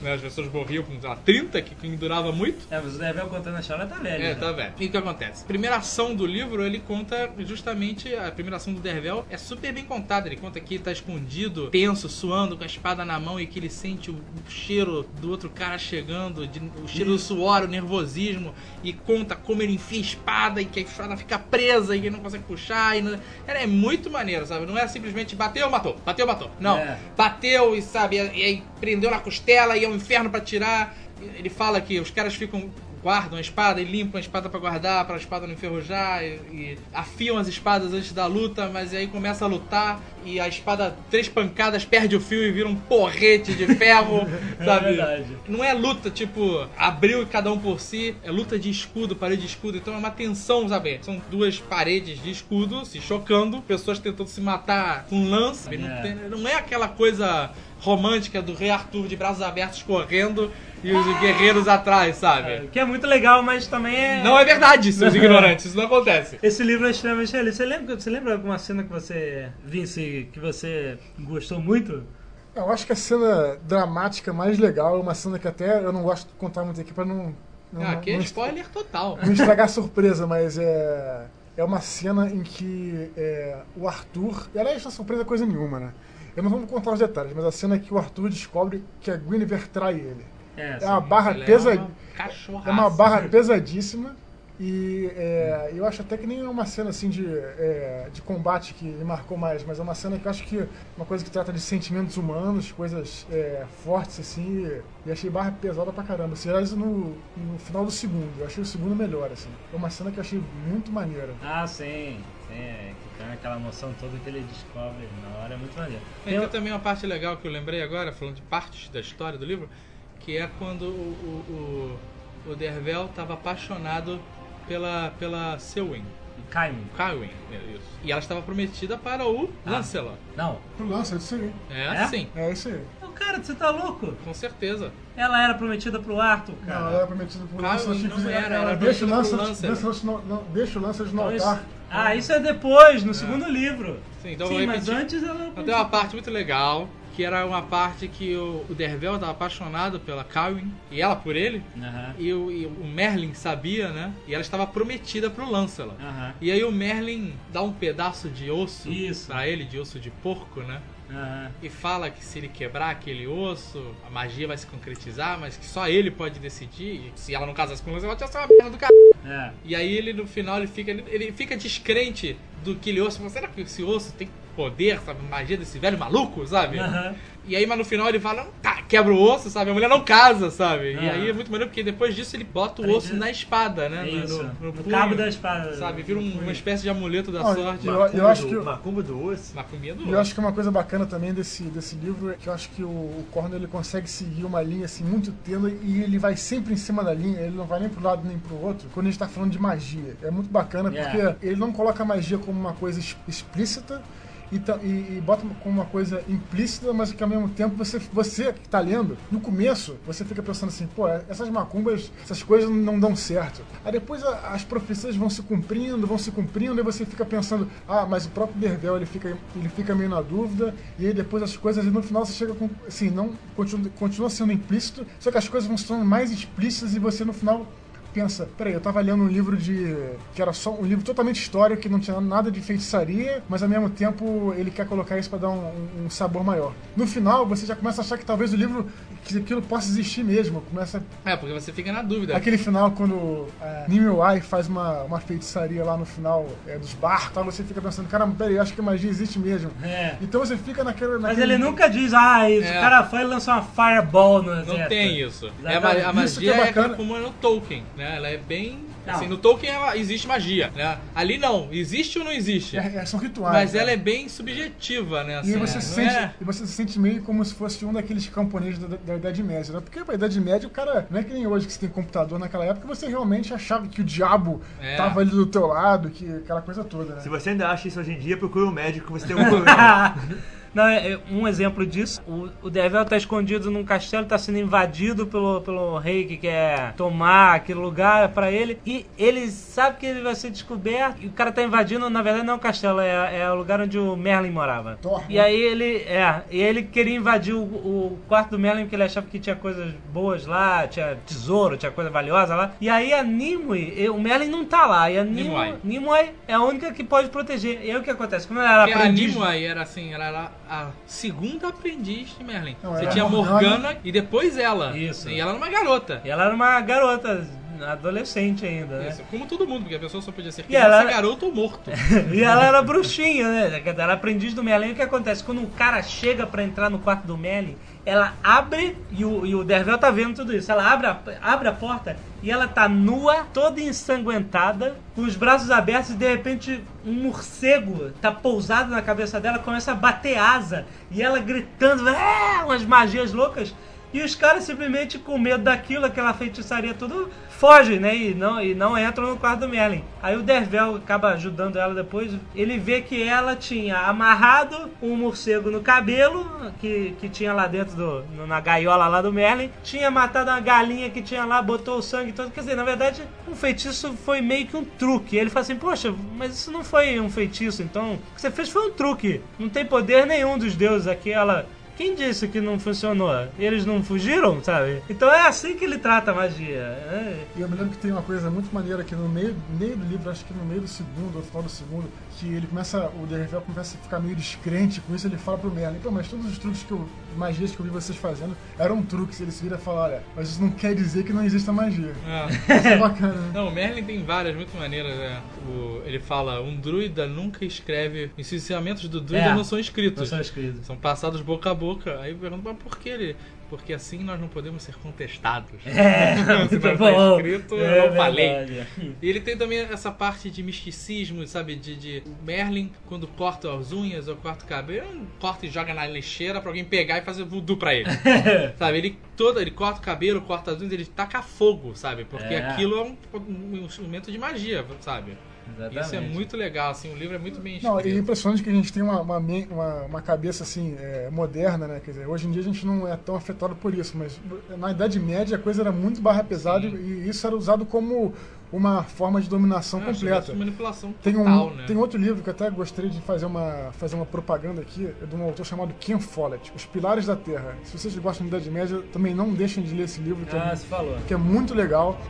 né, as pessoas morriam com, sei lá, 30, que, que durava muito.
É, você deve contando a história né? da velha. já.
É, tá velho. E o que acontece? Primeira ação do livro, ele conta justamente. A primeira ação do Dervel é super bem contada. Ele conta que ele tá escondido, tenso, suando, com a espada na mão e que ele sente o o cheiro do outro cara chegando, de- o cheiro do suor, o nervosismo. E conta como ele enfia a espada e que a espada fica presa e ele não consegue puxar. E não... Cara, é muito maneiro, sabe? Não é simplesmente bateu, matou, bateu, matou. Não.
É.
Bateu e, sabe, e aí prendeu na costela e é um inferno pra tirar. Ele fala que os caras ficam guardam a espada e limpam a espada pra guardar, pra espada não enferrujar, e, e afiam as espadas antes da luta, mas aí começa a lutar e a espada, três pancadas, perde o fio e vira um porrete de ferro, sabe?
verdade.
Não é luta, tipo, abriu e cada um por si, é luta de escudo, parede de escudo, então é uma tensão, sabe? São duas paredes de escudo se chocando, pessoas tentando se matar com lança, sabe? Não,
É.
tem- não é aquela coisa romântica do rei Arthur de braços abertos correndo e os guerreiros atrás, sabe?
O que é muito legal, mas também é.
Não é verdade, seus ignorantes, isso não acontece.
Esse livro é extremamente realista. Você lembra, você lembra alguma cena que você, Vince, que você gostou muito?
Eu acho que a cena dramática mais legal é uma cena que até eu não gosto de contar muito aqui pra não. não
Ah, aqui é
não-
spoiler total.
não estragar a surpresa, mas é. É uma cena em que é, o Arthur. E aliás, não é surpresa coisa nenhuma, né? Eu não vou contar os detalhes, mas a cena é que o Arthur descobre que a Guinevere trai ele.
É,
É uma barra
Ela
pesa...
É uma cachorraça.
é uma barra pesadíssima. E é, eu acho até que nem é uma cena assim de, é, de combate que me marcou mais, mas é uma cena que eu acho que é uma coisa que trata de sentimentos humanos, coisas é, fortes assim, e, e achei barra pesada pra caramba. Assim, aliás, no, no final do segundo, eu achei o segundo melhor, assim. É uma cena que eu achei muito maneira.
Ah, sim. Sim, é, que tem aquela emoção toda que ele descobre na hora, é muito maneiro.
Tem outra também uma parte legal que eu lembrei agora, falando de partes da história do livro, que é quando o, o, o, o Dervel estava apaixonado pela, pela Selwyn,
Caim.
Kywin, é isso. E ela estava prometida para o
Ah.
Lancelot.
Não.
Pro lance, é isso aí.
É,
É?
sim,
É isso aí.
Não, Cara, você tá louco?
com certeza.
Ela era prometida pro Arthur,
Não,
cara.
ela era prometida um pro
Ah,
lance,
não era, era
deixa o lance, deixa
prometida pro Lancelot.
o lance no- não- deixa o lance no
Então isso-
altar.
Ah, isso é depois, no segundo livro.
Sim, então
Sim,
eu vou
mas
repetir.
antes ela.
Mas Tem uma parte muito legal, que era uma parte que o, o Dervel estava apaixonado pela Kywin, e ela por ele,
Aham,
e o, e o Merlin sabia, né? E ela estava prometida pro Lancelot.
aham,
E aí o Merlin dá um pedaço de osso
Isso.
pra ele, de osso de porco, né?
aham.
E fala que se ele quebrar aquele osso, a magia vai se concretizar, mas que só ele pode decidir. E se ela não casasse com o Lancelot, ia ser uma merda do cara.
É.
E aí ele no final ele fica, ele fica descrente do que ele osso. Fala, Será que esse osso tem poder, sabe? Magia desse velho maluco, sabe?
Aham.
E aí, mas no final ele fala, tá, quebra o osso, sabe? A mulher não casa, sabe? E
Ah.
aí é muito maneiro porque depois disso ele bota o
Aprendi-
osso na espada, né?
É isso. No,
punho,
cabo da espada.
Sabe? Vira um- uma espécie de amuleto da
Não,
sorte.
eu- eu acho que-
Macumba Ah, do osso.
Macumba do
E eu acho que uma coisa bacana também desse, desse livro é que eu acho que o, o Cornel ele consegue seguir uma linha assim muito tênue e ele vai sempre em cima da linha, ele não vai nem pro lado nem pro outro quando a gente tá falando de magia. É muito bacana
Yeah.
porque ele não coloca a magia como uma coisa ex- explícita e, ta- e- e bota como uma coisa implícita, mas que ao mesmo tempo você, você que tá lendo, no começo você fica pensando assim, pô, essas macumbas, essas coisas não dão certo. Aí depois a- as profecias vão se cumprindo, vão se cumprindo, e você fica pensando, ah, mas o próprio Dervel ele fica, ele fica meio na dúvida, e aí depois as coisas, e no final você chega com, assim, não, continua, continua sendo implícito, só que as coisas vão se tornando mais explícitas e você no final pensa, peraí, eu tava lendo um livro de. que era só um livro totalmente histórico, que não tinha nada de feitiçaria, mas ao mesmo tempo ele quer colocar isso pra dar um, um- um sabor maior. No final, você já começa a achar que talvez o livro, que aquilo possa existir mesmo. Começa.
É, porque você fica na dúvida.
Aquele final quando é, Nimue faz uma, uma feitiçaria lá no final é, dos barcos, tal, você fica pensando, caramba, peraí, eu acho que magia existe mesmo.
É.
Então você fica naquele.
Mas
naquele-
ele nunca diz, ah, isso,
um- É.
o cara foi e lançou uma fireball no
Não
exército.
tem isso. É, a ma-
Exatamente.
a
Isso que
magia
é
é,
bacana.
como é no Tolkien, né? Ela é bem.
Não.
Assim, no Tolkien ela- existe magia, né? Ali não, existe ou não existe.
É, é, são rituais.
Mas
né?
ela é bem subjetiva, né?
E
Assim,
aí você, se
não
sente,
é-
e você se sente meio como se fosse um daqueles camponeses da, da Idade Média, né? Porque pra Idade Média o cara não é que nem hoje que você tem computador naquela época, você realmente achava que o diabo
É.
tava ali do teu lado, que aquela coisa toda, né?
Se você ainda acha isso hoje em dia, procura um médico que você tem um problema.
Não, é- é um exemplo disso, o, o Dervel tá escondido num castelo, tá sendo invadido pelo, pelo rei que quer tomar aquele lugar pra ele. E ele sabe que ele vai ser descoberto. E o cara tá invadindo, na verdade não é um castelo, é, é o lugar onde o Merlin morava.
Thor,
e
né?
aí ele. É, e ele queria invadir o, o quarto do Merlin porque ele achava que tinha coisas boas lá, tinha tesouro, tinha coisa valiosa lá. E aí a Nimue, e- o Merlin não tá lá. E a Nimue,
Nimue.
Nimue é a única que pode proteger. E aí o que acontece? Como ela era
Porque a
aprendiz
Nimue era assim, ela era a segunda aprendiz de Merlin.
Não,
você
era
tinha
a
a
Morgana.
Morgana e depois ela.
Isso.
E ela era uma garota.
E ela era uma garota, adolescente ainda, né?
Isso, Como todo mundo, porque a pessoa só podia ser
E ela-
criança, garoto ou morto. É.
E ela era bruxinha, né? Ela era aprendiz do Merlin. E o que acontece? Quando o cara chega pra entrar no quarto do Merlin, ela abre, e o, e o Dervel tá vendo tudo isso, ela abre a, abre a porta e ela tá nua, toda ensanguentada, com os braços abertos e de repente um morcego tá pousado na cabeça dela, começa a bater asa e ela gritando, "Ah!", umas magias loucas. E os caras simplesmente com medo daquilo, aquela feitiçaria tudo, fogem, né? E não, e não entram no quarto do Merlin. Aí o Dervel acaba ajudando ela depois. Ele vê que ela tinha amarrado um morcego no cabelo, que, que tinha lá dentro do, no- na gaiola lá do Merlin. Tinha matado uma galinha que tinha lá, botou o sangue todo. Quer dizer, na verdade, o feitiço foi meio que um truque. Ele fala assim, poxa, mas isso não foi um feitiço, então. O que você fez foi um truque. Não tem poder nenhum dos deuses aqui. Ela. Quem disse que não funcionou? Eles não fugiram, sabe? Então é assim que ele trata a magia. né?
E eu me lembro que tem uma coisa muito maneira aqui no meio, meio do livro, acho que no meio do segundo, ou no final do segundo, que ele começa, o Dervel começa a ficar meio descrente com isso, ele fala pro Merlin, pô, mas todos os truques que eu, magias que eu vi vocês fazendo eram truques, ele se vira e fala, olha, mas isso não quer dizer que não exista magia.
É.
Isso é bacana, né?
Não, o Merlin tem várias muito maneiras, né? O- ele fala, um druida nunca escreve. Os ensinamentos do druida
É,
não são escritos.
Não são escritos.
São passados boca a boca. Aí pergunta, mas por que ele? Porque assim nós não podemos ser contestados.
É,
Se não tá
bom.
escrito,
É
eu não falei.
verdade.
E ele tem também essa parte de misticismo, sabe? De, de o Merlin, quando corta as unhas ou corta o cabelo, corta e joga na lixeira pra alguém pegar e fazer voodoo pra ele. sabe? Ele todo, ele corta o cabelo, corta as unhas, ele taca fogo, sabe? Porque
É.
aquilo é um, um instrumento de magia, sabe?
Exatamente.
Isso é muito legal, assim, o livro é muito bem
Não,
escrito.
e impressionante que a gente tem uma, uma, men- uma- uma cabeça assim, é, moderna, né? Quer dizer, hoje em dia a gente não é tão afetado por isso, mas na Idade Média a coisa era muito barra pesada e, e isso era usado como uma forma de dominação
Ah,
completa.
isso é manipulação
Tem, um,
total, né?
tem outro livro que eu até gostaria de fazer uma, fazer uma propaganda aqui, é de um autor chamado Ken Follett, Os Pilares da Terra. Se vocês gostam da Idade Média, também não deixem de ler esse livro, que,
Ah,
é,
se falou.
que é muito legal.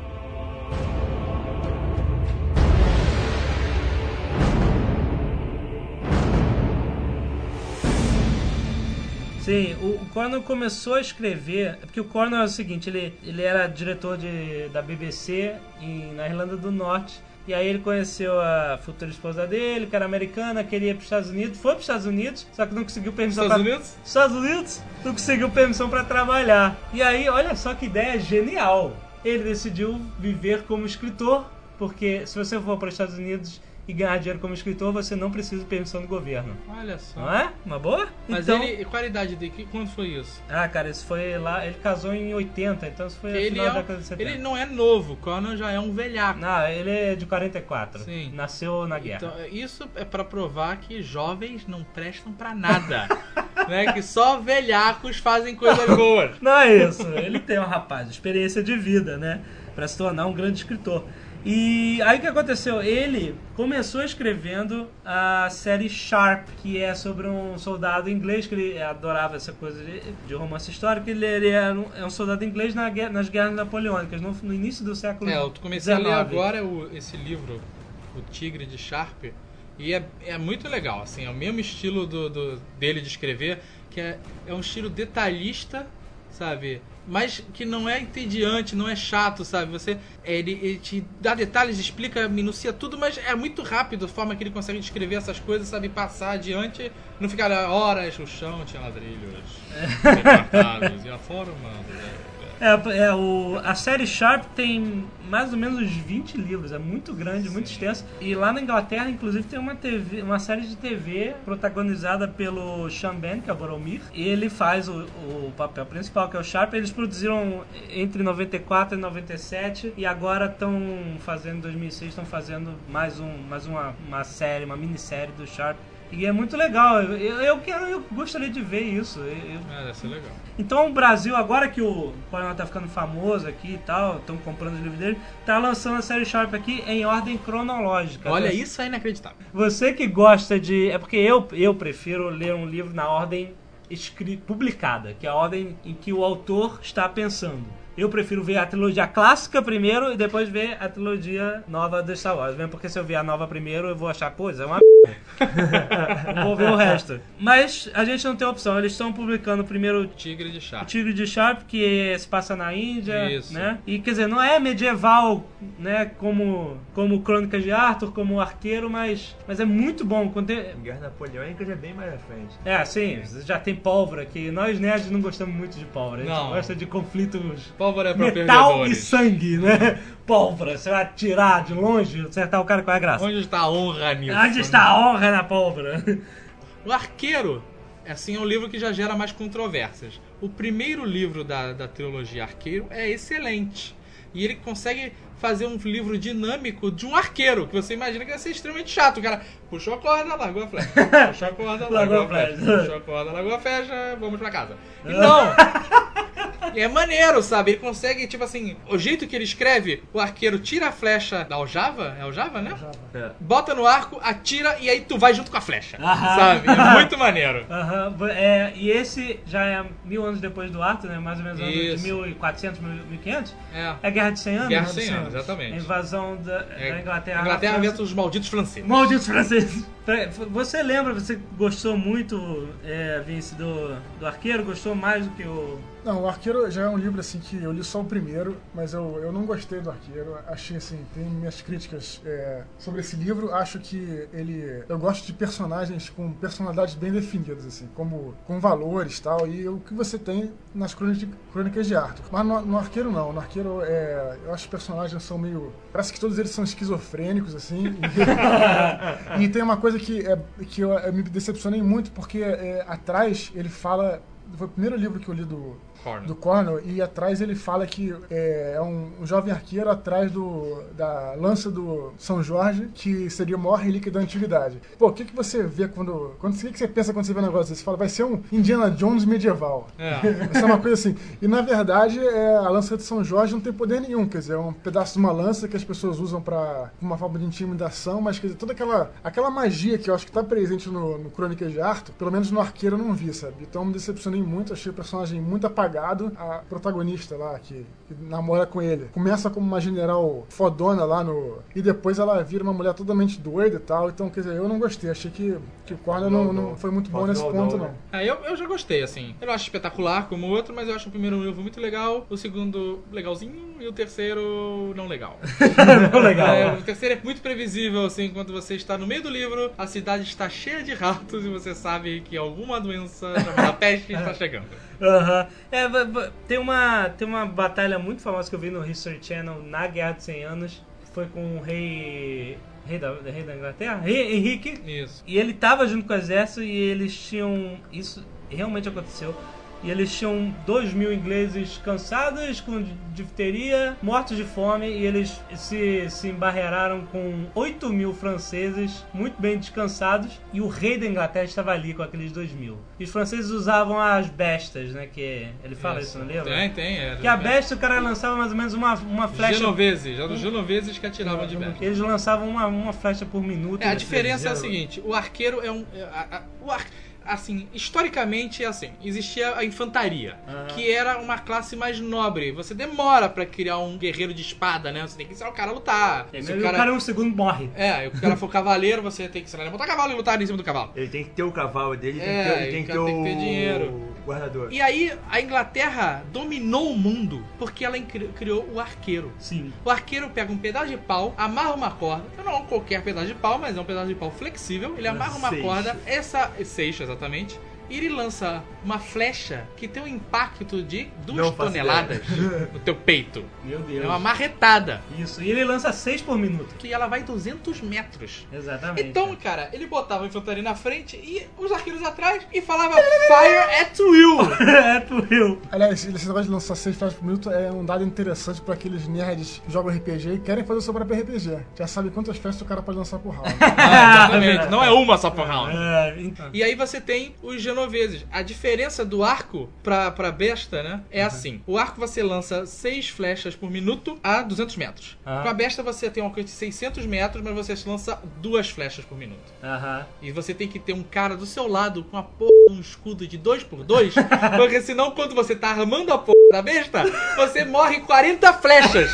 Sim, o, o Cornell começou a escrever. Porque o Cornell é o seguinte: ele, ele era diretor de, da BBC em, na Irlanda do Norte. E aí ele conheceu a futura esposa dele, que era americana, queria ir para os Estados Unidos. Foi para os Estados Unidos, só que não conseguiu permissão
Estados
pra-
Unidos?
Estados Unidos não conseguiu permissão para trabalhar. E aí, olha só que ideia genial. Ele decidiu viver como escritor, porque se você for para os Estados Unidos e ganhar dinheiro como escritor, você não precisa de permissão do governo.
Olha só.
Não é? Uma boa?
Mas ele, qual a idade dele? Que- Quando foi isso?
Ah, cara, isso foi lá. Ele casou em 80, então isso foi no
Ele,
final
é
da
um-
década de 70.
ele não é novo, Conan já é um velhaco.
Não, ele é de 44.
Sim.
Nasceu na guerra.
Então, isso é pra provar que jovens não prestam pra nada. né? Que só velhacos fazem coisas boas.
Não é isso. Ele tem um rapaz, experiência de vida, né? Pra se tornar um grande escritor. E aí o que aconteceu? Ele começou escrevendo a série Sharp, que é sobre um soldado inglês, que ele adorava essa coisa de, de romance histórico. Ele, ele era um, é um soldado inglês na guerra- nas guerras napoleônicas, no, no início do século
É, eu comecei a ler
19.
agora o- esse livro, O Tigre de Sharp, e é, é muito legal, assim, é o mesmo estilo do, do- dele de escrever, que é, é um estilo detalhista, sabe? Mas que não é entediante, não é chato, sabe? Você é, ele, ele te dá detalhes, explica, minucia tudo, mas é muito rápido a forma que ele consegue descrever essas coisas, sabe? Passar adiante, não ficar lá horas, o chão tinha ladrilhos, É. recortados, e a forma... né?
É, é, o, a série Sharp tem mais ou menos uns 20 livros, é muito grande, muito extenso. E lá na Inglaterra, inclusive, tem uma, TV, uma série de TV protagonizada pelo Sean Ben, que é o Boromir. E ele faz o, o papel principal, que é o Sharp. Eles produziram entre 94 e 97 e agora estão fazendo, em 2006, estão fazendo mais, um, mais uma, uma série, uma minissérie do Sharp. E é muito legal, eu, eu, eu quero, eu gostaria de ver isso. Eu- eu-
Ah, deve ser legal.
então o Brasil, agora que o Coronel tá ficando famoso aqui e tal, estão comprando os livros dele, tá lançando a série Sharp aqui em ordem cronológica.
Olha,
Você-
isso é inacreditável.
Você que gosta de. É porque eu, eu prefiro ler um livro na ordem escri... publicada, que é a ordem em que o autor está pensando. Eu prefiro ver a trilogia clássica primeiro e depois ver a trilogia nova do Star Wars. Mesmo porque se eu ver a nova primeiro, eu vou achar coisa, é uma Vou ver o resto. Mas a gente não tem opção. Eles estão publicando primeiro o
Tigre de chá.
Tigre de Sharp, que se passa na Índia,
Isso.
né? E quer dizer, não é medieval, né? Como, como Crônicas de Arthur, como Arqueiro, mas, mas é muito bom. Quando tem-
Guerra Napoleônica já é bem mais à frente.
É, sim, já tem pólvora aqui. Nós nerds não gostamos muito de pólvora. A gente
Não.
gosta de conflitos
Pólvora é pra
metal e
perdedores.
sangue, né? Pólvora, você vai atirar de longe, acertar o cara com a graça.
Onde está a honra nisso?
Onde está a honra na pólvora?
O Arqueiro, assim, é um livro que já gera mais controvérsias. O primeiro livro da, da trilogia Arqueiro é excelente. E ele consegue fazer um livro dinâmico de um arqueiro, que você imagina que vai ser extremamente chato. O cara puxou a corda, largou a flecha. Puxou a corda, largou a flecha. Puxou a corda, largou a flecha, vamos pra casa. Então, E é maneiro, sabe? Ele consegue, tipo assim, o jeito que ele escreve, o arqueiro tira a flecha da aljava, é aljava, né?
É.
Bota no arco, atira e aí tu vai junto com a flecha,
Aham.
sabe? É muito maneiro.
Aham, bo- é, e esse já é mil anos depois do Arthur, né? Mais ou menos ano de
Isso.
1400, 1500.
É.
É a Guerra de 100 Anos?
Guerra de 100
né?
anos,
A
exatamente.
invasão da,
É,
da Inglaterra. um
Inglaterra
na França.
versus os malditos franceses.
Malditos franceses. Peraí, f- Você lembra, você gostou muito, é, Vince, do, do Arqueiro? Gostou mais do que o...
Não, o Arqueiro já é um livro assim que eu li só o primeiro, mas eu, eu não gostei do Arqueiro. Achei assim, tem minhas críticas é, sobre esse livro. Acho que ele. Eu gosto de personagens com personalidades bem definidas, assim, como com valores e tal, e o que você tem nas crônicas de, crônicas de Arthur. Mas no, no Arqueiro não. No Arqueiro é, eu acho que os personagens são meio. Parece que todos eles são esquizofrênicos, assim. E tem uma coisa que, é, que eu, eu me decepcionei muito, porque é, atrás ele fala. Foi o primeiro livro que eu li do,
Cornell.
do Cornell, e atrás ele fala que é, é um, um jovem arqueiro atrás do, da lança do São Jorge, que seria a maior relíquia da antiguidade. Pô, o que, que você vê quando. quando- O que, que você pensa quando você vê um negócio desse? Você fala, vai ser um Indiana Jones medieval.
É.
Isso é uma coisa assim. E na verdade, é, a lança de São Jorge não tem poder nenhum. Quer dizer, é um pedaço de uma lança que as pessoas usam pra uma forma de intimidação, mas quer dizer, toda aquela, aquela magia que eu acho que tá presente no, no Crônicas de Arthur, pelo menos no arqueiro eu não vi, sabe? Então eu me decepcionei muito, achei o personagem muito apagado. A protagonista lá, que, que namora com ele, começa como uma general fodona lá no. E depois ela vira uma mulher totalmente doida e tal. Então, quer dizer, eu não gostei. Achei que, que o Cornel não, não foi muito bom nesse ponto, não. né?
É, eu, eu já gostei, assim. Eu não acho espetacular como o outro, mas eu acho o primeiro livro muito legal, o segundo legalzinho e o terceiro não legal.
Não, legal.
É, o terceiro é muito previsível, assim, quando você está no meio do livro, a cidade está cheia de ratos e você sabe que alguma doença chamada peste
É.
está chegando.
Aham. É, va- va- tem, uma, tem uma batalha muito famosa que eu vi no History Channel na Guerra de 100 Anos. Foi com o rei... Rei da, rei da Inglaterra? Rei Henrique
Isso.
E ele tava junto com o exército e eles tinham. Isso realmente aconteceu. E eles tinham dois mil ingleses cansados, com di- difteria, mortos de fome, e eles se, se embarrearam com 8 mil franceses, muito bem descansados, e o rei da Inglaterra estava ali com aqueles dois mil. E os franceses usavam as bestas, né? Que ele fala isso, não lembra?
Tem, tem. É,
Que a besta o cara lançava mais ou menos uma, uma flecha.
Genoveses, eram os genoveses que atiravam de besta.
Eles lançavam uma, uma flecha por minuto.
É, a
né,
diferença é a
eles-
seguinte: o arqueiro é um. é, a- a- o ar- assim, historicamente é assim: existia a infantaria, que era uma classe mais nobre. Você demora pra criar um guerreiro de espada, né? Você tem que ensinar o cara a lutar.
É,
Se
o cara em um segundo morre.
É, o cara for cavaleiro, você tem que ensinar ele a montar cavalo e lutar em cima do cavalo.
Ele tem que ter o cavalo dele,
É,
ele tem que ter, ele tem que
o
ter
cara
o
tem que ter dinheiro.
guardador.
E aí, a Inglaterra dominou o mundo porque ela incri- criou o arqueiro.
Sim.
O arqueiro pega um pedaço de pau, amarra uma corda. Não é qualquer pedaço de pau, mas é um pedaço de pau flexível. Ele amarra uma
seixa.
corda, essa seixa exatamente, e ele lança uma flecha que tem um impacto de duas
Não faço
toneladas no teu peito.
Meu Deus.
É uma marretada.
Isso, e ele lança 6 por minuto.
E ela vai 200 metros.
Exatamente.
Então, cara, ele botava a infantaria na frente e os arqueiros atrás e falava Fire at Will.
é pro Rio.
Aliás, esse negócio de lançar seis frases por minuto é um dado interessante para aqueles nerds que jogam RPG e querem fazer o seu próprio RPG. Já sabe quantas festas o cara pode lançar por round.
Ah, exatamente. Não é uma só por round.
É, então.
E aí você tem os genoveses. A diferença do arco pra, pra besta, né?
Uhum.
É assim. O arco você lança 6 flechas por minuto a 200 metros.
Ah.
Com a besta você tem um alcance de 600 metros, mas você lança duas flechas por minuto.
Aham.
E você tem que ter um cara do seu lado com a porra de um escudo de 2 por 2 porque senão quando você tá armando a porra da besta, você morre 40 flechas.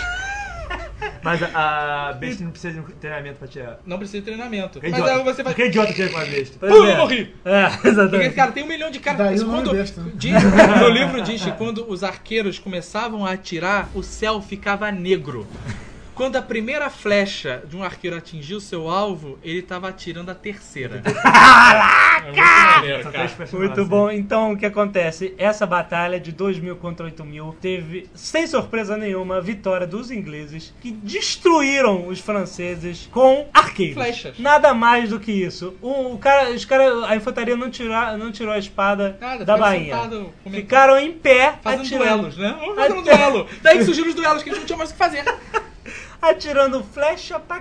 Mas a, a besta não precisa de um treinamento pra tirar.
Não precisa de treinamento.
Que
Mas
idiota.
aí você vai.
Que idiota que é com a besta.
Pois
Pum,
é.
eu morri!
É,
Porque,
exatamente.
cara, tem um milhão de caras.
Daí
Mas
o nome
quando-
besta, né?
diz- no livro diz que quando os arqueiros começavam a atirar, o céu ficava negro. Quando a primeira flecha de um arqueiro atingiu seu alvo, ele tava atirando a terceira. Caraca! É muito maneiro, cara.
Muito bom. Então, o que acontece? Essa batalha de 2 mil contra 8 mil teve, sem surpresa nenhuma, a vitória dos ingleses que destruíram os franceses com arqueiros.
Flechas.
Nada mais do que isso. O, o cara, os cara, a infantaria não, tirar, não tirou a espada
Nada,
da
ficaram
bainha.
sentado, comendo.
Ficaram em pé
Fazendo
atirando.
duelos, né? Vamos fazer um
Até-
duelo. Daí surgiram os duelos que a gente não tinha mais o que fazer.
atirando flecha pra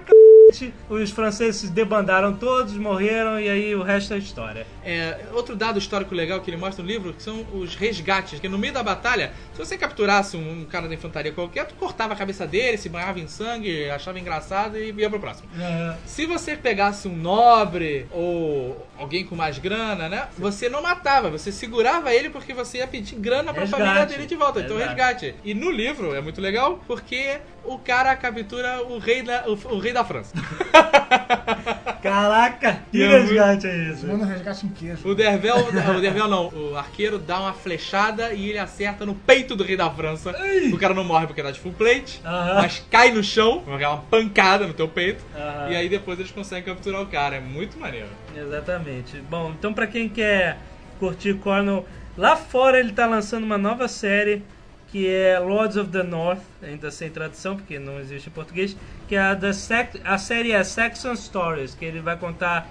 c... Os franceses se debandaram todos, morreram e aí o resto é história.
É, outro dado histórico legal que ele mostra no livro que são os resgates, que no meio da batalha, se você capturasse um, um cara da infantaria qualquer, tu cortava a cabeça dele, se banhava em sangue, achava engraçado e ia pro próximo. Se você pegasse um nobre ou alguém com mais grana, né? Você não matava, você segurava ele porque você ia pedir grana pra
Resgate.
família dele de volta. Então
Exato.
resgate. E no livro é muito legal porque o cara captura o rei da, o, o rei da França.
Caraca, que
E é
resgate é isso?
Manda resgate em queijo.
O Dervel, o Dervel não, o arqueiro dá uma flechada e ele acerta no peito do rei da França. O cara não morre porque tá de full plate,
Aham.
mas cai no chão, com aquela pancada no teu peito,
Aham.
e aí depois eles conseguem capturar o cara. É muito maneiro.
Exatamente. Bom, então pra quem quer curtir Cornell, lá fora ele tá lançando uma nova série que é Lords of the North, ainda sem tradução porque não existe em português, que é a, da Sax- a série é Saxon Stories, que ele vai contar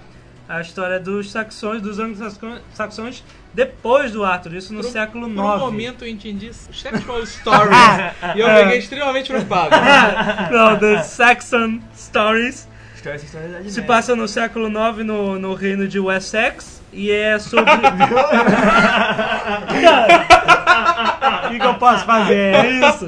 a história dos saxões, dos anglo-saxões depois do Arthur, isso no
Por um-
século
Por um
IX.
momento eu entendi Sexual Stories e eu fiquei extremamente preocupado.
Não, The Saxon Stories
História, essa história é da
se
Disney.
passa no século IX no, no reino de Wessex e é sobre. Cara, O que, que eu posso fazer? É isso?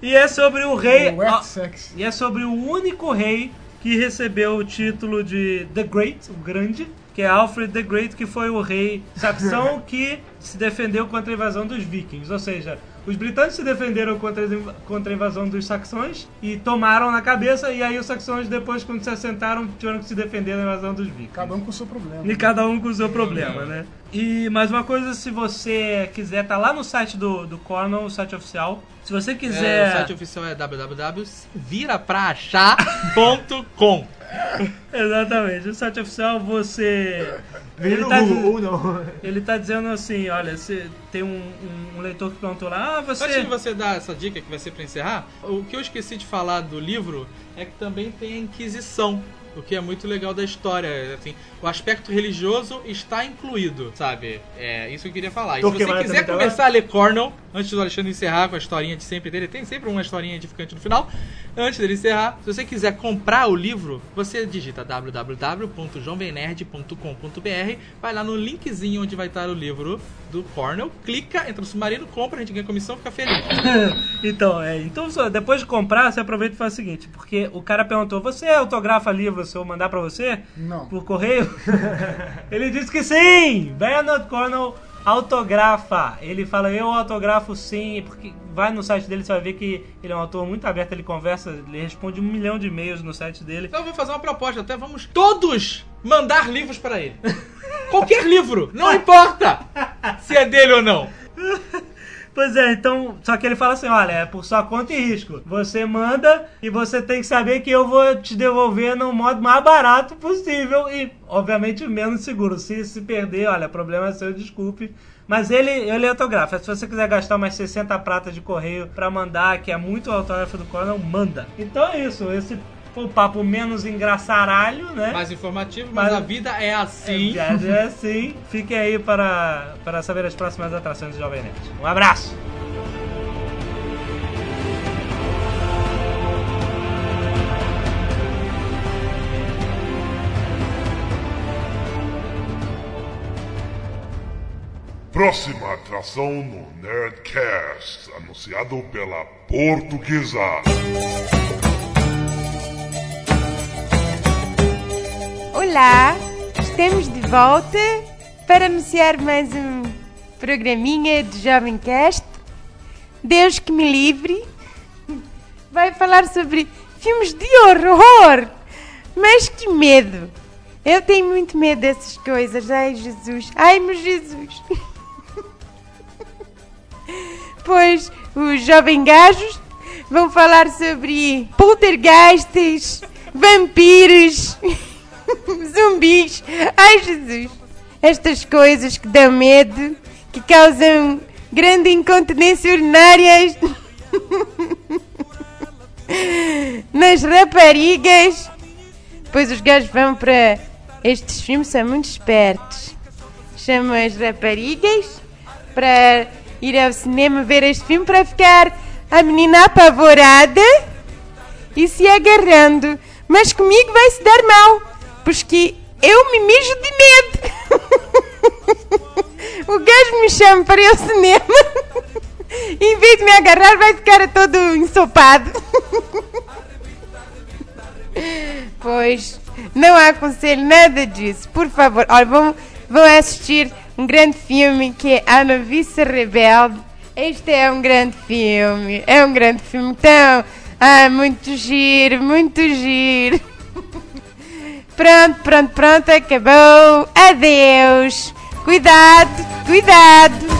E é sobre o rei.
O Wet Sex.
E é sobre o único rei que recebeu o título de The Great, o Grande, que é Alfred the Great, que foi o rei saxão que se defendeu contra a invasão dos vikings. Ou seja, os britânicos se defenderam contra, as inv- contra a invasão dos saxões e tomaram na cabeça, e aí os saxões, depois, quando se assentaram, tiveram que se defender da invasão dos vikings.
Cada um com o seu problema.
E cada um com o seu problema, né? E mais uma coisa, se você quiser, tá lá no site do, do Cornell, o site oficial. Se você quiser.
É, o site oficial é www.virapraachar.com
Exatamente. O site oficial você.
Veja
Ele
no
tá-
Google, ou não.
Ele tá dizendo assim, olha, você tem um, um- um leitor que perguntou lá, ah,
Antes de
você.
você dar essa dica que vai ser pra encerrar, o que eu esqueci de falar do livro é que também tem a Inquisição. O que é muito legal da história, assim, o aspecto religioso está incluído, sabe? É isso que eu queria falar. E se
Tô
você
quebrado
quiser
também, tá
começar a ler Cornell, antes do Alexandre encerrar com a historinha de sempre dele, tem sempre uma historinha edificante no final. Antes dele encerrar, se você quiser comprar o livro, você digita www.jovemnerd.com.br, vai lá no linkzinho onde vai estar o livro do Cornell, clica, entra no submarino, compra, a gente ganha comissão, fica feliz.
então, é. Então, só depois de comprar, você aproveita e faz o seguinte, porque o cara perguntou, você autografa livro se eu mandar pra você?
Não.
Por correio? Ele disse que sim! Bernard Cornell autografa. Ele fala, eu autografo sim, porque vai no site dele, você vai ver que ele é um autor muito aberto, ele conversa, ele responde um milhão de e-mails no site dele.
Então eu vou fazer uma proposta, até vamos todos mandar livros pra ele. Qualquer livro, não importa se é dele ou não.
Pois é, então. Só que ele fala assim: olha, é por sua conta e risco. Você manda e você tem que saber que eu vou te devolver no modo mais barato possível e, obviamente, menos seguro. Se se perder, olha, problema é seu, desculpe. Mas ele, ele autografa. Se você quiser gastar umas 60 pratas de correio pra mandar, que é muito autógrafo do Coronel, manda. Então é isso. Esse foi o papo menos engraçaralho, né?
Mais informativo, mas,
Mas-
a vida é assim.
Viagem é assim. Fiquem aí para, para saber as próximas atrações do Jovem Nerd. Um abraço!
Próxima atração no Nerdcast, anunciado pela Portuguesa.
Olá, estamos de volta para iniciar mais um programinha do Jovem Cast. Deus que me livre. vai falar sobre filmes de horror. Mas que medo! Eu tenho muito medo dessas coisas. Ai, Jesus. Ai, meu Jesus. Pois os jovens gajos vão falar sobre poltergeists, vampiros, zumbis. Ai, Jesus. Estas coisas que dão medo, que causam grande incontinência urinária nas raparigas. Pois os gajos vão para. Estes filmes são muito espertos. Chamam as raparigas para ir ao cinema ver este filme para ficar a menina apavorada e se agarrando. Mas comigo vai se dar mal, porque eu me mijo de medo. o gajo me chama para ir ao cinema. Em vez de me agarrar, vai ficar todo ensopado. Pois, não aconselho nada disso. Por favor, olha, vão, vão assistir um grande filme que é A Noviça Rebelde. Este é um grande filme. É um grande filme. Então, ah, muito giro, muito giro. Pronto, pronto, pronto, acabou. Adeus. Cuidado, cuidado.